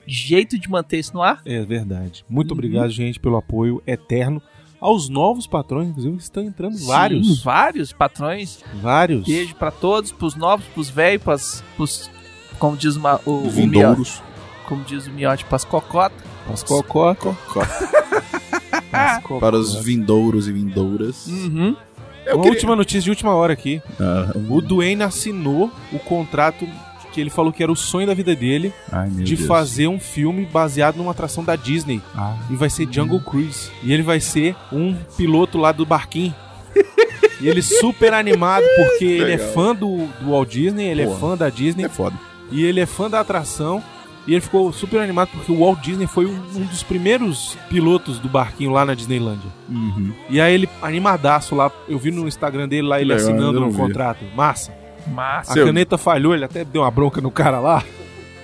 Speaker 2: jeito de manter isso no ar.
Speaker 1: É verdade. Muito
Speaker 2: Uhum.
Speaker 1: obrigado, gente, pelo apoio eterno. Aos novos patrões, inclusive, que estão entrando
Speaker 2: Sim,
Speaker 1: vários.
Speaker 2: vários patrões
Speaker 1: Vários.
Speaker 2: Beijo pra todos, pros novos, pros velhos, pras, pros. Como diz uma- o, o Miote,
Speaker 3: Vindouros.
Speaker 2: como diz o Miote, pras cocotas.
Speaker 1: As cocó.
Speaker 2: Ah.
Speaker 1: As cocó.
Speaker 3: Para os vindouros e vindouras.
Speaker 2: Uhum.
Speaker 3: Eu
Speaker 1: Uma
Speaker 3: queria-
Speaker 1: última notícia de Hum. última hora aqui.
Speaker 3: Ah,
Speaker 1: O Duane assinou o contrato que ele falou que era o sonho da vida dele
Speaker 3: ai, meu
Speaker 1: de
Speaker 3: Deus.
Speaker 1: fazer um filme baseado numa atração da Disney.
Speaker 3: Ah,
Speaker 1: E vai ser Jungle Cruise. E ele vai ser um piloto lá do barquinho. e ele super animado porque ele é
Speaker 3: legal.
Speaker 1: fã do, do Walt Disney, ele é
Speaker 3: Porra.
Speaker 1: fã da Disney.
Speaker 3: é foda.
Speaker 1: e ele é fã da atração. E ele ficou super animado porque o Walt Disney foi um, um dos primeiros pilotos do barquinho lá na Disneylândia.
Speaker 3: Uhum.
Speaker 1: E aí ele, animadaço lá, eu vi no Instagram dele lá, ele
Speaker 3: Legal,
Speaker 1: assinando
Speaker 3: eu não
Speaker 1: no
Speaker 3: vi.
Speaker 1: contrato. Massa.
Speaker 2: Massa.
Speaker 1: A
Speaker 3: Seu-
Speaker 1: caneta falhou, ele até deu uma bronca no cara lá.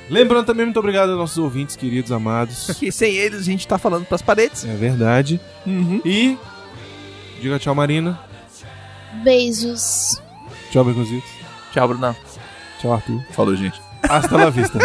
Speaker 1: Lembrando também, muito obrigado aos nossos ouvintes queridos, amados.
Speaker 2: Que sem eles a gente tá falando pras paredes.
Speaker 1: É verdade.
Speaker 2: Uhum.
Speaker 1: E. Diga tchau, Marina.
Speaker 4: Beijos.
Speaker 1: Tchau, Beconzitos.
Speaker 2: Tchau, Brunão.
Speaker 1: Tchau, Arthur.
Speaker 3: Falou, gente.
Speaker 1: Hasta la vista.